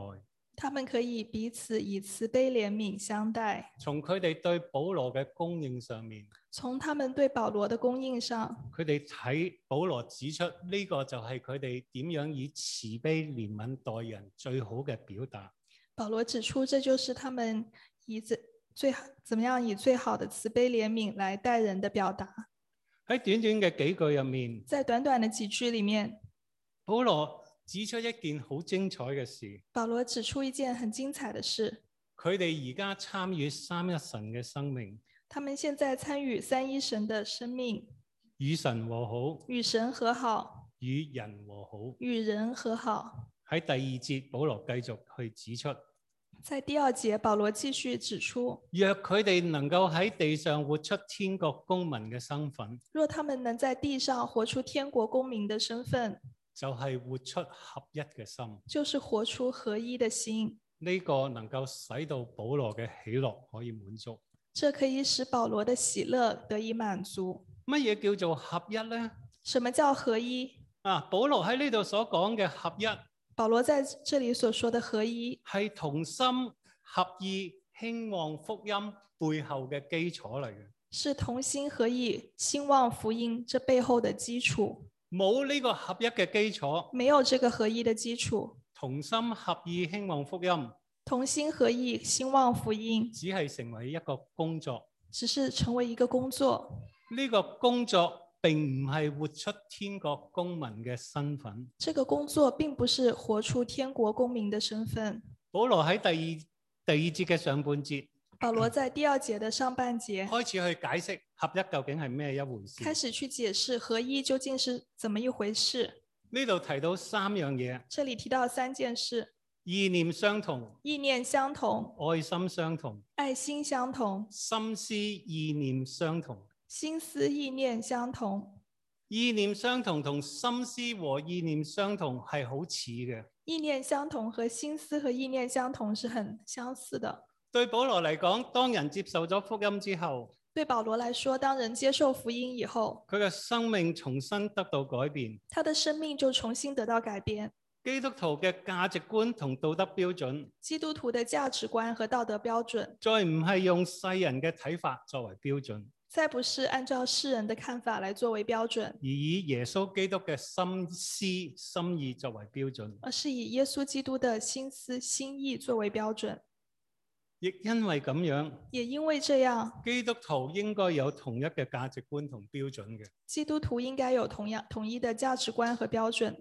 Speaker 2: 他们可以彼此以慈悲怜悯相待。
Speaker 1: 從佢哋對保羅嘅供應上面，
Speaker 2: 从他们对保罗的供应上，
Speaker 1: 佢哋睇保羅指出呢、個就係佢哋點樣以慈悲憐憫待人最好嘅表達。
Speaker 2: 保罗指出，这就是他们以最最好怎么样以最好的慈悲怜悯来待人的表达。
Speaker 1: 喺短短嘅幾句入面，
Speaker 2: 在短短的几句里面，
Speaker 1: 保羅指出一件好精彩嘅事：
Speaker 2: 保罗指出一件很精彩的事：
Speaker 1: 佢哋而家參與三一神嘅生命，
Speaker 2: 他们现在参与三一神的生命，
Speaker 1: 與神和好，
Speaker 2: 与神和好，
Speaker 1: 與人和好。
Speaker 2: 与人和好。
Speaker 1: 喺第二節，保羅繼續去指出，
Speaker 2: 在第二节，保罗继续指出，
Speaker 1: 若佢哋能夠喺地上活出天國公民嘅身份，
Speaker 2: 若他们能在地上活出天国公民的身份，
Speaker 1: 就係活出合一嘅心。
Speaker 2: 就是活出合一的心，
Speaker 1: 呢、個能夠使到保羅嘅喜樂可以滿足。
Speaker 2: 这可以使保罗的喜乐得以满足。
Speaker 1: 乜嘢叫做合一呢？
Speaker 2: 什么叫合一？
Speaker 1: 啊，保羅喺呢度所講嘅合一
Speaker 2: 保罗在这里所说的合一，
Speaker 1: 係同心合意興旺福音背後嘅基礎嚟嘅。
Speaker 2: 是同心合意、兴旺福音这背后的基础。
Speaker 1: 冇呢個合一嘅基礎，
Speaker 2: 没有这个合一的基础，
Speaker 1: 同心合意興旺福音
Speaker 2: 同心合意、兴旺福音，
Speaker 1: 只係成為一個工作。
Speaker 2: 只是成为一个工作。
Speaker 1: 呢、個工作並唔係活出天國公民嘅身份。
Speaker 2: 这个工作并不是活出天国公民的身份。
Speaker 1: 保羅喺第二第二節嘅上半節
Speaker 2: 保罗在第二节的上半节
Speaker 1: 開始去解釋合一究竟係咩一回
Speaker 2: 开
Speaker 1: 事。
Speaker 2: 始去解释合一究竟是怎么一回事。
Speaker 1: 呢度提到三樣嘢：
Speaker 2: 这里提到三件事：
Speaker 1: 意念相同、
Speaker 2: 意念相同、
Speaker 1: 愛心相同、
Speaker 2: 爱心相同、
Speaker 1: 心思意念相同。
Speaker 2: 心思意念相同。
Speaker 1: 意念相同同心思和意念相同係好似嘅。
Speaker 2: 意念相同和心思和意念相同是很相似的。
Speaker 1: 對保羅嚟講，當人接受咗福音之後，
Speaker 2: 对保罗来说，当人接受福音以后，
Speaker 1: 佢嘅生命重新得到改變。
Speaker 2: 他的生命就重新得到改变。
Speaker 1: 基督徒嘅價值觀同道德標準，
Speaker 2: 基督徒的價值观和道德标准，
Speaker 1: 再唔係用世人嘅睇法作為標準。
Speaker 2: 再不是按照世人的看法来作为标准，
Speaker 1: 而以耶穌基督嘅心思心意作為標準，
Speaker 2: 而是以耶稣基督的心思心意作为标准。
Speaker 1: 亦因為咁樣，
Speaker 2: 也因為这样，
Speaker 1: 基督徒應該有同一嘅價值觀同標準嘅。
Speaker 2: 基督徒应该有同样统一的价值观和标准。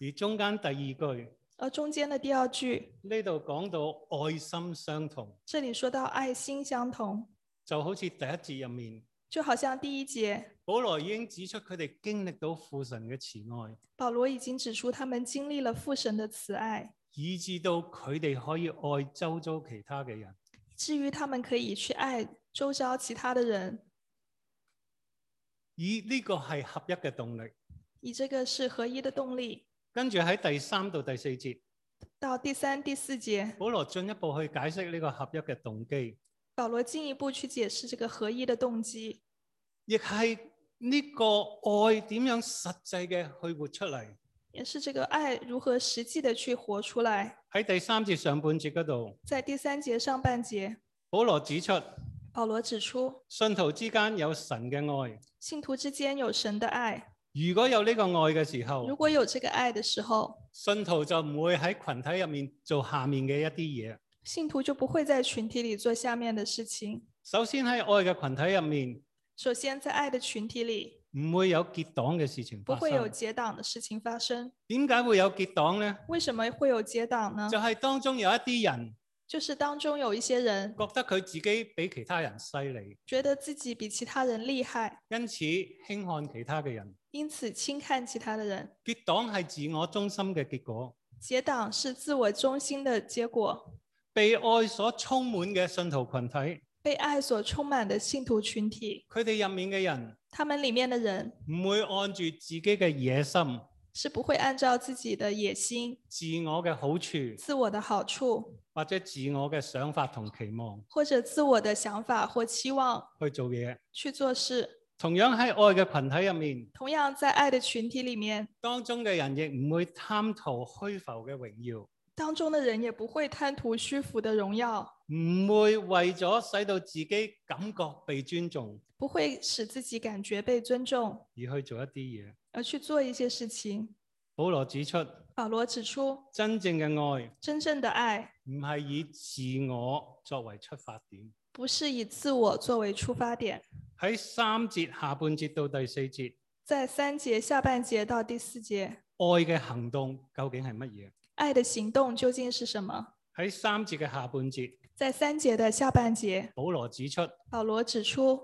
Speaker 1: 而中間第二句
Speaker 2: 而中间的第二句，
Speaker 1: 呢度講到愛心相同，
Speaker 2: 这里说到爱心相同，
Speaker 1: 就好似第一節入面，
Speaker 2: 就好像第一节，
Speaker 1: 保羅已經指出佢哋經歷到父神嘅慈愛，
Speaker 2: 保罗已经指出他们经历了父神的慈爱，
Speaker 1: 以至到佢哋可以愛周遭其他嘅人。
Speaker 2: 至于他们可以去爱周遭其他的人，
Speaker 1: 以呢個係合一嘅動力。
Speaker 2: 以这个是合一的动力。
Speaker 1: 跟住喺第三到第四節，
Speaker 2: 到第三、第四节，
Speaker 1: 保羅進一步去解釋呢個合一嘅動機。
Speaker 2: 保罗进一步去解释这个合一的动机，
Speaker 1: 亦係呢個愛點樣實際嘅去活出嚟。
Speaker 2: 也是这个爱如何实际的去活出来。
Speaker 1: 喺第三節上半節嗰度，
Speaker 2: 在第三节上半节，
Speaker 1: 保羅指出，
Speaker 2: 保罗指出，
Speaker 1: 信徒之間有神嘅愛。
Speaker 2: 信徒之間有神的爱，
Speaker 1: 如果有呢個愛嘅時
Speaker 2: 如
Speaker 1: 候，
Speaker 2: 果有这个愛的时候，
Speaker 1: 信徒就唔會喺群體入面做下面嘅一啲嘢。
Speaker 2: 信徒就不会在群体里做下面的事情。
Speaker 1: 首先喺愛嘅群體入面，
Speaker 2: 首先，在愛的群体里，
Speaker 1: 唔會有結黨嘅事情
Speaker 2: 不
Speaker 1: 發
Speaker 2: 会有
Speaker 1: 生。
Speaker 2: 结党的事情发生。
Speaker 1: 點解會有結黨呢？
Speaker 2: 为什么会有结党呢
Speaker 1: 就？係當中有一啲人
Speaker 2: 就是当中有一些人
Speaker 1: 覺得佢自己比其他人犀利，
Speaker 2: 觉得自己比其他人厉害，
Speaker 1: 因此輕看其他嘅人。
Speaker 2: 因此轻看其他的人。
Speaker 1: 結黨係自我中心嘅結果。
Speaker 2: 结党是自我中心的结果。
Speaker 1: 被愛所充滿嘅信徒群體，
Speaker 2: 被爱所充满的信徒群体，
Speaker 1: 佢哋入面嘅人
Speaker 2: 他们里面的人
Speaker 1: 唔會按住自己嘅野心、
Speaker 2: 是不会按照自己的野心、
Speaker 1: 自我嘅好處
Speaker 2: 自我的好处
Speaker 1: 或者自我嘅想法同期望
Speaker 2: 或者自我的想法或期望
Speaker 1: 去做嘢。
Speaker 2: 去做事。
Speaker 1: 同樣喺愛嘅群體入面，
Speaker 2: 同样，在爱的群体里面，
Speaker 1: 當中嘅人亦唔會貪圖虛浮嘅榮耀，
Speaker 2: 当中的人也不会贪图虚浮的荣耀，
Speaker 1: 唔會為咗使到自己感覺被尊重
Speaker 2: 不会使自己感觉被尊重，
Speaker 1: 而去做一啲嘢。
Speaker 2: 而去做一些事情。
Speaker 1: 保羅指出，
Speaker 2: 保罗指出，
Speaker 1: 真正嘅愛
Speaker 2: 真正的爱
Speaker 1: 唔係以自我作為出發點。
Speaker 2: 不是以自我作为出发点。
Speaker 1: 喺三節下半節到第四節，
Speaker 2: 在三节下半节到第四节，
Speaker 1: 愛嘅行動究竟係乜嘢？
Speaker 2: 爱的行动究竟是什么？
Speaker 1: 喺三節嘅下半節，
Speaker 2: 在三节的下半节，
Speaker 1: 保羅指出，
Speaker 2: 保罗指出，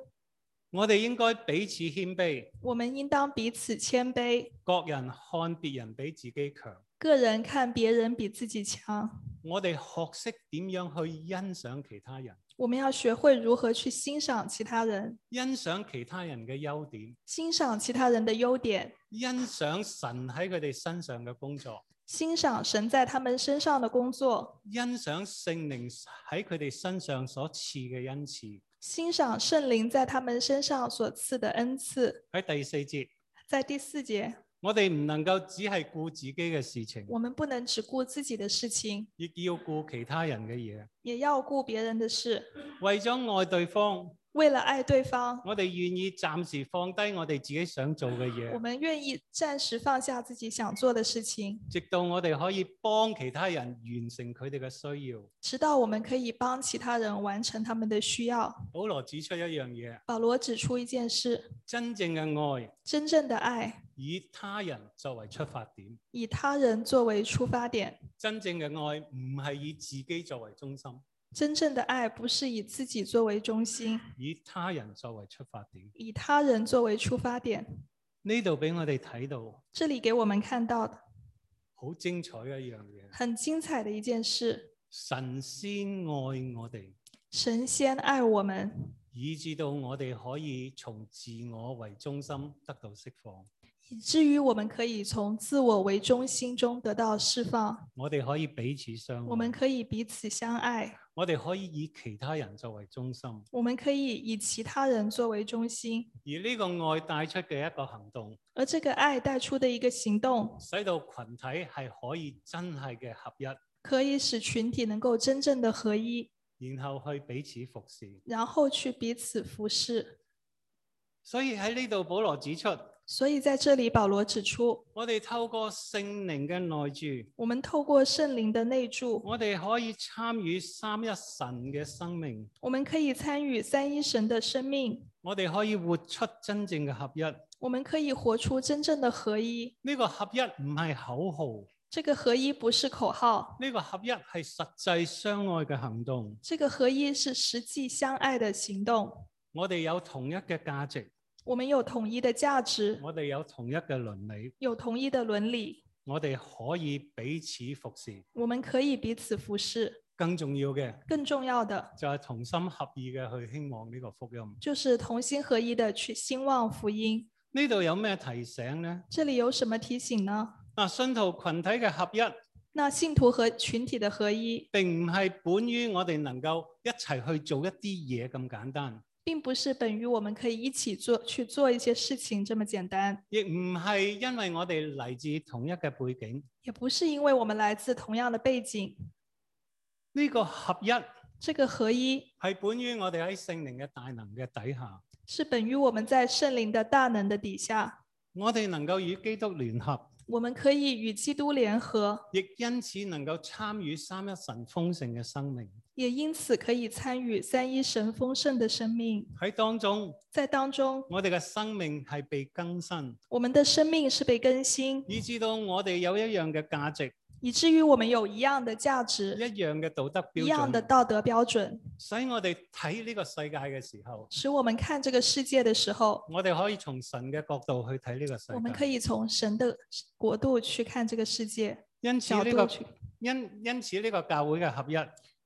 Speaker 1: 我哋應該彼此謙卑，
Speaker 2: 我们应当彼此谦卑，
Speaker 1: 各人看別人比自己強。
Speaker 2: 个人看别人比自己强，
Speaker 1: 我哋學識點樣去欣賞其他人，
Speaker 2: 我们要学会如何去欣赏其他人，
Speaker 1: 欣賞其他人嘅優點，
Speaker 2: 欣赏其他人的优点，
Speaker 1: 欣賞神喺佢哋身上嘅工作，
Speaker 2: 欣赏神在他们身上的工作，
Speaker 1: 欣賞聖靈喺佢哋身上所賜嘅恩賜。
Speaker 2: 欣赏圣灵在他们身上所赐的恩赐。
Speaker 1: 喺第四節，
Speaker 2: 在第四节，
Speaker 1: 我哋唔能夠只係顧自己嘅事情，
Speaker 2: 我们不能只顾自己的事情，
Speaker 1: 亦要顧其他人嘅嘢。
Speaker 2: 也要顾别人的事。
Speaker 1: 為咗愛對方，
Speaker 2: 为了爱对方，
Speaker 1: 我哋願意暫時放低我哋自己想做嘅嘢，
Speaker 2: 我们愿意暂时放下自己想做的事情，
Speaker 1: 直到我哋可以幫其他人完成佢哋嘅需要。
Speaker 2: 直到我们可以帮其他人完成他们的需要。
Speaker 1: 保羅指出一樣嘢。
Speaker 2: 保罗指出一件事：
Speaker 1: 真正嘅愛
Speaker 2: 真正的爱
Speaker 1: 以他人作為出發點，
Speaker 2: 以他人作为出发点，
Speaker 1: 真正嘅愛唔係以自己作為中心，
Speaker 2: 真正的爱不是以自己作为中心，
Speaker 1: 以他人作為出發點。
Speaker 2: 以他人作为出发点。
Speaker 1: 呢度俾我哋睇到
Speaker 2: 这里给我们看到的
Speaker 1: 好精彩嘅一樣嘢，
Speaker 2: 很精彩的一件事：
Speaker 1: 神先愛我哋，
Speaker 2: 神先爱我们，
Speaker 1: 以至到我哋可以從自我為中心得到釋放，
Speaker 2: 以至于我们可以从自我为中心中得到释放，
Speaker 1: 我哋可以彼此相
Speaker 2: 我们
Speaker 1: 愛，
Speaker 2: 可以彼此相爱，
Speaker 1: 我哋可以以其他人作為中心，而
Speaker 2: 我们可以以其他人作为中心。
Speaker 1: 呢個愛帶出嘅一個行動，
Speaker 2: 而这个爱带出的一个行动，
Speaker 1: 使到群體係可以真係嘅合一。
Speaker 2: 可以使群体能够真正的合一，
Speaker 1: 然後去彼此服侍。
Speaker 2: 然后去彼此服侍。
Speaker 1: 所以喺呢度，保羅指出，
Speaker 2: 所以在这里，保罗指出，
Speaker 1: 我哋透過聖靈嘅內住，
Speaker 2: 我们透过圣灵的内住，
Speaker 1: 我哋可以參與三一神嘅生命，
Speaker 2: 我们可以参与三一神的生命，
Speaker 1: 我哋可以活出真正嘅合一。
Speaker 2: 我们可以活出真正的合一。
Speaker 1: 呢、個合一唔係口號，
Speaker 2: 这个合一不是口号，
Speaker 1: 呢、個合一係實際相愛嘅行動。
Speaker 2: 这个合一是实际相爱的行动。
Speaker 1: 我哋有同一嘅價值，
Speaker 2: 我们有统一的价值，
Speaker 1: 我哋有同一嘅倫理，
Speaker 2: 有统一的伦理，
Speaker 1: 我哋可以彼此服侍。
Speaker 2: 我们可以彼此服侍。
Speaker 1: 更重要嘅
Speaker 2: 更重要的
Speaker 1: 就係同心合意嘅去興旺呢個福音。
Speaker 2: 就是同心合一的去兴旺福音。
Speaker 1: 呢度有咩提醒呢？
Speaker 2: 这里有什么提醒呢？
Speaker 1: 嗱，信徒群體嘅合一
Speaker 2: 那信徒和群体的合一，
Speaker 1: 並唔係本於我哋能夠一齊去做一啲嘢咁簡單，
Speaker 2: 并不是本于我们可以一起做去做一些事情这么简单，
Speaker 1: 亦唔係因為我哋嚟自同一嘅背景。
Speaker 2: 也不是因为我们来自同样的背景。
Speaker 1: 呢、個合一
Speaker 2: 这个合一
Speaker 1: 係本於我哋喺聖靈嘅大能嘅底下，
Speaker 2: 是本于我们在圣灵的大能的底下，
Speaker 1: 我哋能夠與基督聯合，
Speaker 2: 我们可以与基督联合，
Speaker 1: 亦因此能夠參與三一神豐盛嘅生命。
Speaker 2: 也因此可以参与三一神丰盛的生命。
Speaker 1: 喺當中，
Speaker 2: 在当中，
Speaker 1: 我哋嘅生命係被更新，
Speaker 2: 我们的生命是被更新，
Speaker 1: 以至到我哋有一樣嘅價值、
Speaker 2: 以至于我们有一样的价
Speaker 1: 一
Speaker 2: 值、
Speaker 1: 樣嘅道德標
Speaker 2: 一样的
Speaker 1: 準。
Speaker 2: 道德标准，
Speaker 1: 使我哋睇呢個世界嘅時候，
Speaker 2: 使我们看这个世界的时候，
Speaker 1: 我哋可以從神嘅角度去睇呢個世界。
Speaker 2: 我们可以从神的国度去看这个世界，
Speaker 1: 因此
Speaker 2: 角
Speaker 1: 呢、
Speaker 2: 度
Speaker 1: 個
Speaker 2: 去。
Speaker 1: 因因此呢個教會嘅合一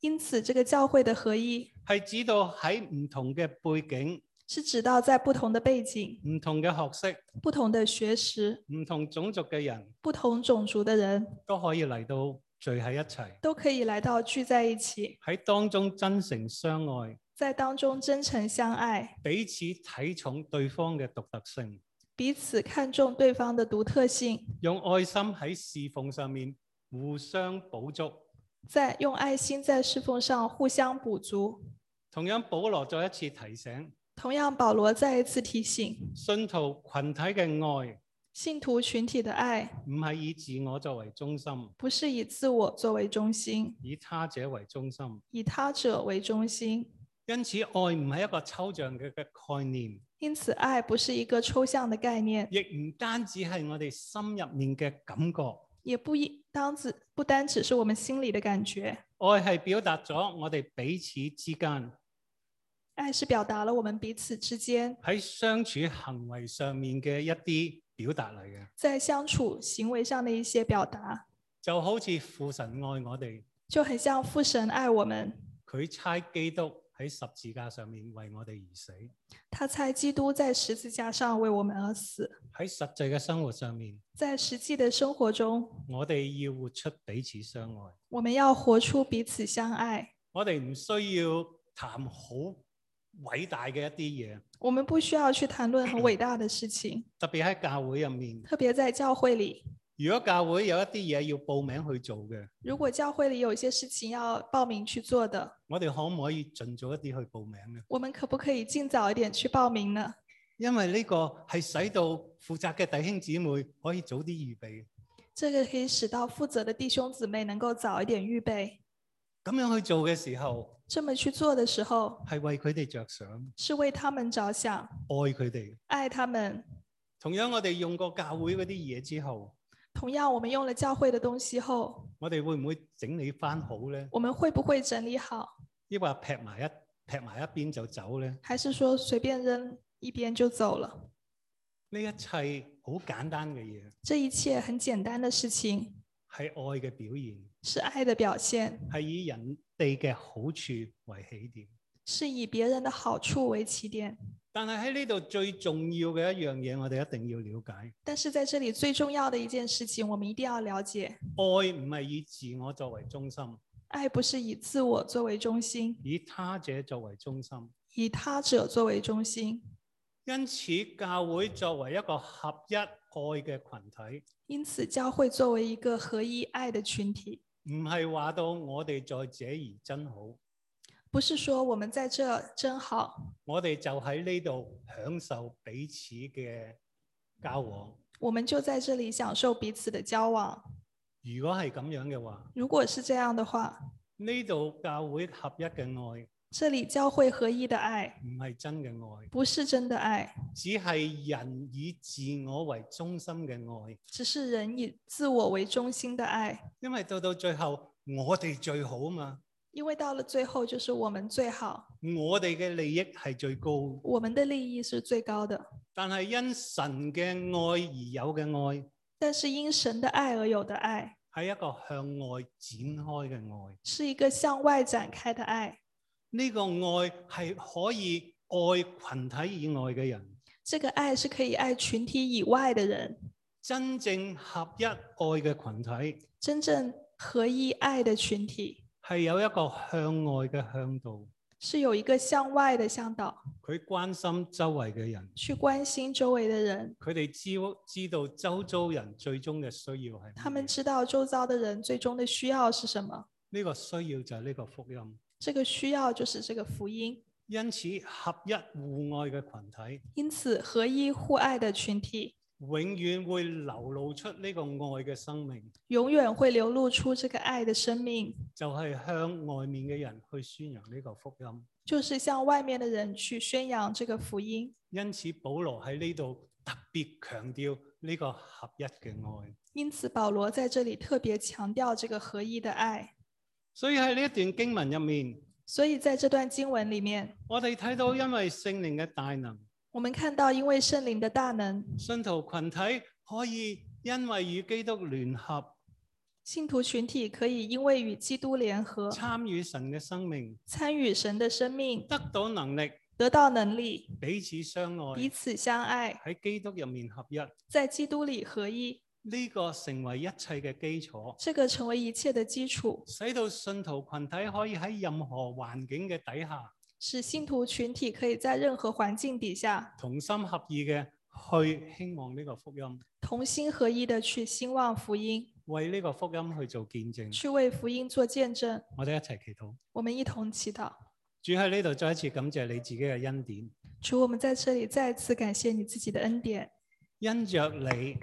Speaker 2: 因此，这个教会的合一
Speaker 1: 係指到喺唔同嘅背景、
Speaker 2: 是指到在不同的背景、
Speaker 1: 唔同嘅學識、
Speaker 2: 不同的学识、
Speaker 1: 唔同種族嘅人
Speaker 2: 不同种族的人
Speaker 1: 都可以嚟到聚喺一齊，
Speaker 2: 都可以来到聚在一起，
Speaker 1: 喺當中真誠相愛，
Speaker 2: 在当中真诚相爱，
Speaker 1: 彼此睇重對方嘅獨特性，
Speaker 2: 彼此看重对方的独特性，
Speaker 1: 用愛心喺侍奉上面互相補足。
Speaker 2: 在用爱心在侍奉上互相补足。
Speaker 1: 同樣，保羅再一次提醒
Speaker 2: 同样，保罗再一次提醒
Speaker 1: 信徒群體嘅愛
Speaker 2: 信徒群体的爱，
Speaker 1: 唔係以自我作為中心，
Speaker 2: 不是以自我作为中心，
Speaker 1: 以他者為中心。
Speaker 2: 以他者为中心。
Speaker 1: 因此，愛唔係一個抽象嘅嘅概念，
Speaker 2: 因此，爱不是一个抽象的概念，
Speaker 1: 亦唔單止係我哋心入面嘅感覺。
Speaker 2: 也不一当只不单只是我们心里的感觉，
Speaker 1: 愛係表達咗我哋彼此之間
Speaker 2: 爱是表达了我们彼此之间
Speaker 1: 喺相處行為上面嘅一啲表達嚟嘅，
Speaker 2: 在相处行为上的一些表达，
Speaker 1: 就好似父神愛我哋，
Speaker 2: 就很像父神爱我们，
Speaker 1: 佢差基督喺十字架上面為我哋而死。
Speaker 2: 他差基督在十字架上为我们而死。
Speaker 1: 喺實際嘅生活上面，
Speaker 2: 在实际的生活中，
Speaker 1: 我哋要活出彼此相愛。
Speaker 2: 我们要活出彼此相爱，
Speaker 1: 我哋唔需要談好偉大嘅一啲嘢，
Speaker 2: 我们不需要去谈论很伟大的事情，
Speaker 1: 特別喺教會入面。
Speaker 2: 特别在教会里。
Speaker 1: 如果教會有一啲嘢要報名去做嘅，
Speaker 2: 如果教会里有一些事情要报名去做的，
Speaker 1: 我哋可唔可以盡早一啲去報名呢？
Speaker 2: 我们可不可以尽早一点去报名呢？
Speaker 1: 因為呢個係使到負責嘅弟兄姊妹可以早啲預備，
Speaker 2: 这个可以使到负责的弟兄姊妹能够早一点预备。
Speaker 1: 咁樣去做嘅時候
Speaker 2: 这么去做的时候，
Speaker 1: 係為佢哋着想，
Speaker 2: 是为他们着想，
Speaker 1: 愛佢哋。
Speaker 2: 爱他們。
Speaker 1: 同樣，我哋用過教會嗰啲嘢之後，
Speaker 2: 同样，我们用了教会的东西后，
Speaker 1: 我哋會唔會整理翻好呢？
Speaker 2: 我们会不会整理好，
Speaker 1: 抑或劈埋一劈埋一邊就走呢？
Speaker 2: 还是说随便扔一边就走了？
Speaker 1: 呢一切好簡單嘅嘢
Speaker 2: 这一切很简单的事情，
Speaker 1: 係愛嘅表現，
Speaker 2: 是爱的表现，
Speaker 1: 係以人哋嘅好處為起點。
Speaker 2: 是以别人的好处为起点。
Speaker 1: 但係喺呢度最重要嘅一樣嘢，我哋一定要了解，
Speaker 2: 但是在这里最重要的一件事情，我们一定要了解，
Speaker 1: 愛唔係以自我作為中心，
Speaker 2: 爱不是以自我作为中心，
Speaker 1: 以他者作為中心。
Speaker 2: 以他者作为中心。
Speaker 1: 因此，教會作為一個合一愛嘅群體，
Speaker 2: 因此，教会作为一个合一爱的群体，
Speaker 1: 唔係話到我哋在這兒真好，
Speaker 2: 不是说我们在这真好，
Speaker 1: 我哋就喺呢度享受彼此嘅交往。
Speaker 2: 我们就在这里享受彼此的交往。
Speaker 1: 如果係咁樣嘅話，
Speaker 2: 如果是这样的话，
Speaker 1: 呢度教會合一嘅愛
Speaker 2: 这里教会合一的爱
Speaker 1: 唔係真嘅愛，
Speaker 2: 不是真的爱，
Speaker 1: 只係人以自我為中心嘅愛。
Speaker 2: 只是人以自我为中心的爱。
Speaker 1: 因為到到最後，我哋最好嘛，
Speaker 2: 因为到了最后，就是我们最好，
Speaker 1: 我哋嘅利益係最高。
Speaker 2: 我们的利益是最高的。
Speaker 1: 但係因神嘅愛而有嘅
Speaker 2: 但是因神的爱而有的爱，
Speaker 1: 愛，係一個向外展開嘅愛。
Speaker 2: 是一个向外展开的爱。
Speaker 1: 呢、個愛係可以愛群體以外嘅人，
Speaker 2: 这个爱是可以爱群体以外的人，
Speaker 1: 真正合一愛嘅群體
Speaker 2: 真正合一爱的群体
Speaker 1: 係有一個向外嘅向導，
Speaker 2: 是有一个向外的向导，
Speaker 1: 佢關心周圍嘅人，
Speaker 2: 去关心周围的人。
Speaker 1: 佢哋知知道周遭人最終嘅需要係乜嘢。
Speaker 2: 他们知道周遭的人最终的需要是什么，
Speaker 1: 呢個需要就係呢個福音。
Speaker 2: 这个需要就是这个福音。
Speaker 1: 因此，合一互愛嘅群體，
Speaker 2: 因此，合一互爱的群体
Speaker 1: 永遠會流露出呢個愛嘅生命，
Speaker 2: 永远会流露出这个爱的生命，
Speaker 1: 就係向外面嘅人去宣揚呢個福音。
Speaker 2: 就是向外面的人去宣揚这个福音。
Speaker 1: 因此，保羅喺呢度特別強調呢個合一嘅愛。
Speaker 2: 因此，保罗在这里特别强调这个合一的爱。
Speaker 1: 所以喺呢一段經文入面，
Speaker 2: 所以，在这段经文里面，
Speaker 1: 我哋睇到因為聖靈嘅大能，
Speaker 2: 我们看到，因为圣灵的大能，
Speaker 1: 信徒群體可以因為與基督聯合，
Speaker 2: 信徒群体可以因为与基督联合，
Speaker 1: 參與神嘅生命，
Speaker 2: 参与神的生命，
Speaker 1: 得到能力，
Speaker 2: 得到能力，
Speaker 1: 彼此相
Speaker 2: 彼
Speaker 1: 愛，
Speaker 2: 此相爱，
Speaker 1: 喺基督入面合一。
Speaker 2: 在基督里合一。
Speaker 1: 呢、個成為一切嘅基礎，
Speaker 2: 这个成为一切的基础，
Speaker 1: 使到信徒群體可以喺任何環境嘅底下，
Speaker 2: 使信徒群体可以在任何环境底下
Speaker 1: 同心合意嘅去興旺呢個福音。
Speaker 2: 同心合一的去兴旺福音。
Speaker 1: 為呢個福音去做見證。
Speaker 2: 去为福音做见证。
Speaker 1: 我哋一齊祈禱。
Speaker 2: 我们一同祈祷，
Speaker 1: 主喺呢度再一次感謝你自己嘅恩典，
Speaker 2: 主，我们在这里再次感谢你自己的恩典，
Speaker 1: 因着你，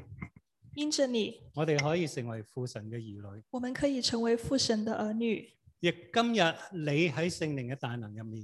Speaker 2: 因着你，
Speaker 1: 我哋可以成為父神嘅兒女。
Speaker 2: 我们可以成为父神的儿女。
Speaker 1: 亦今日你喺聖靈嘅大能入面，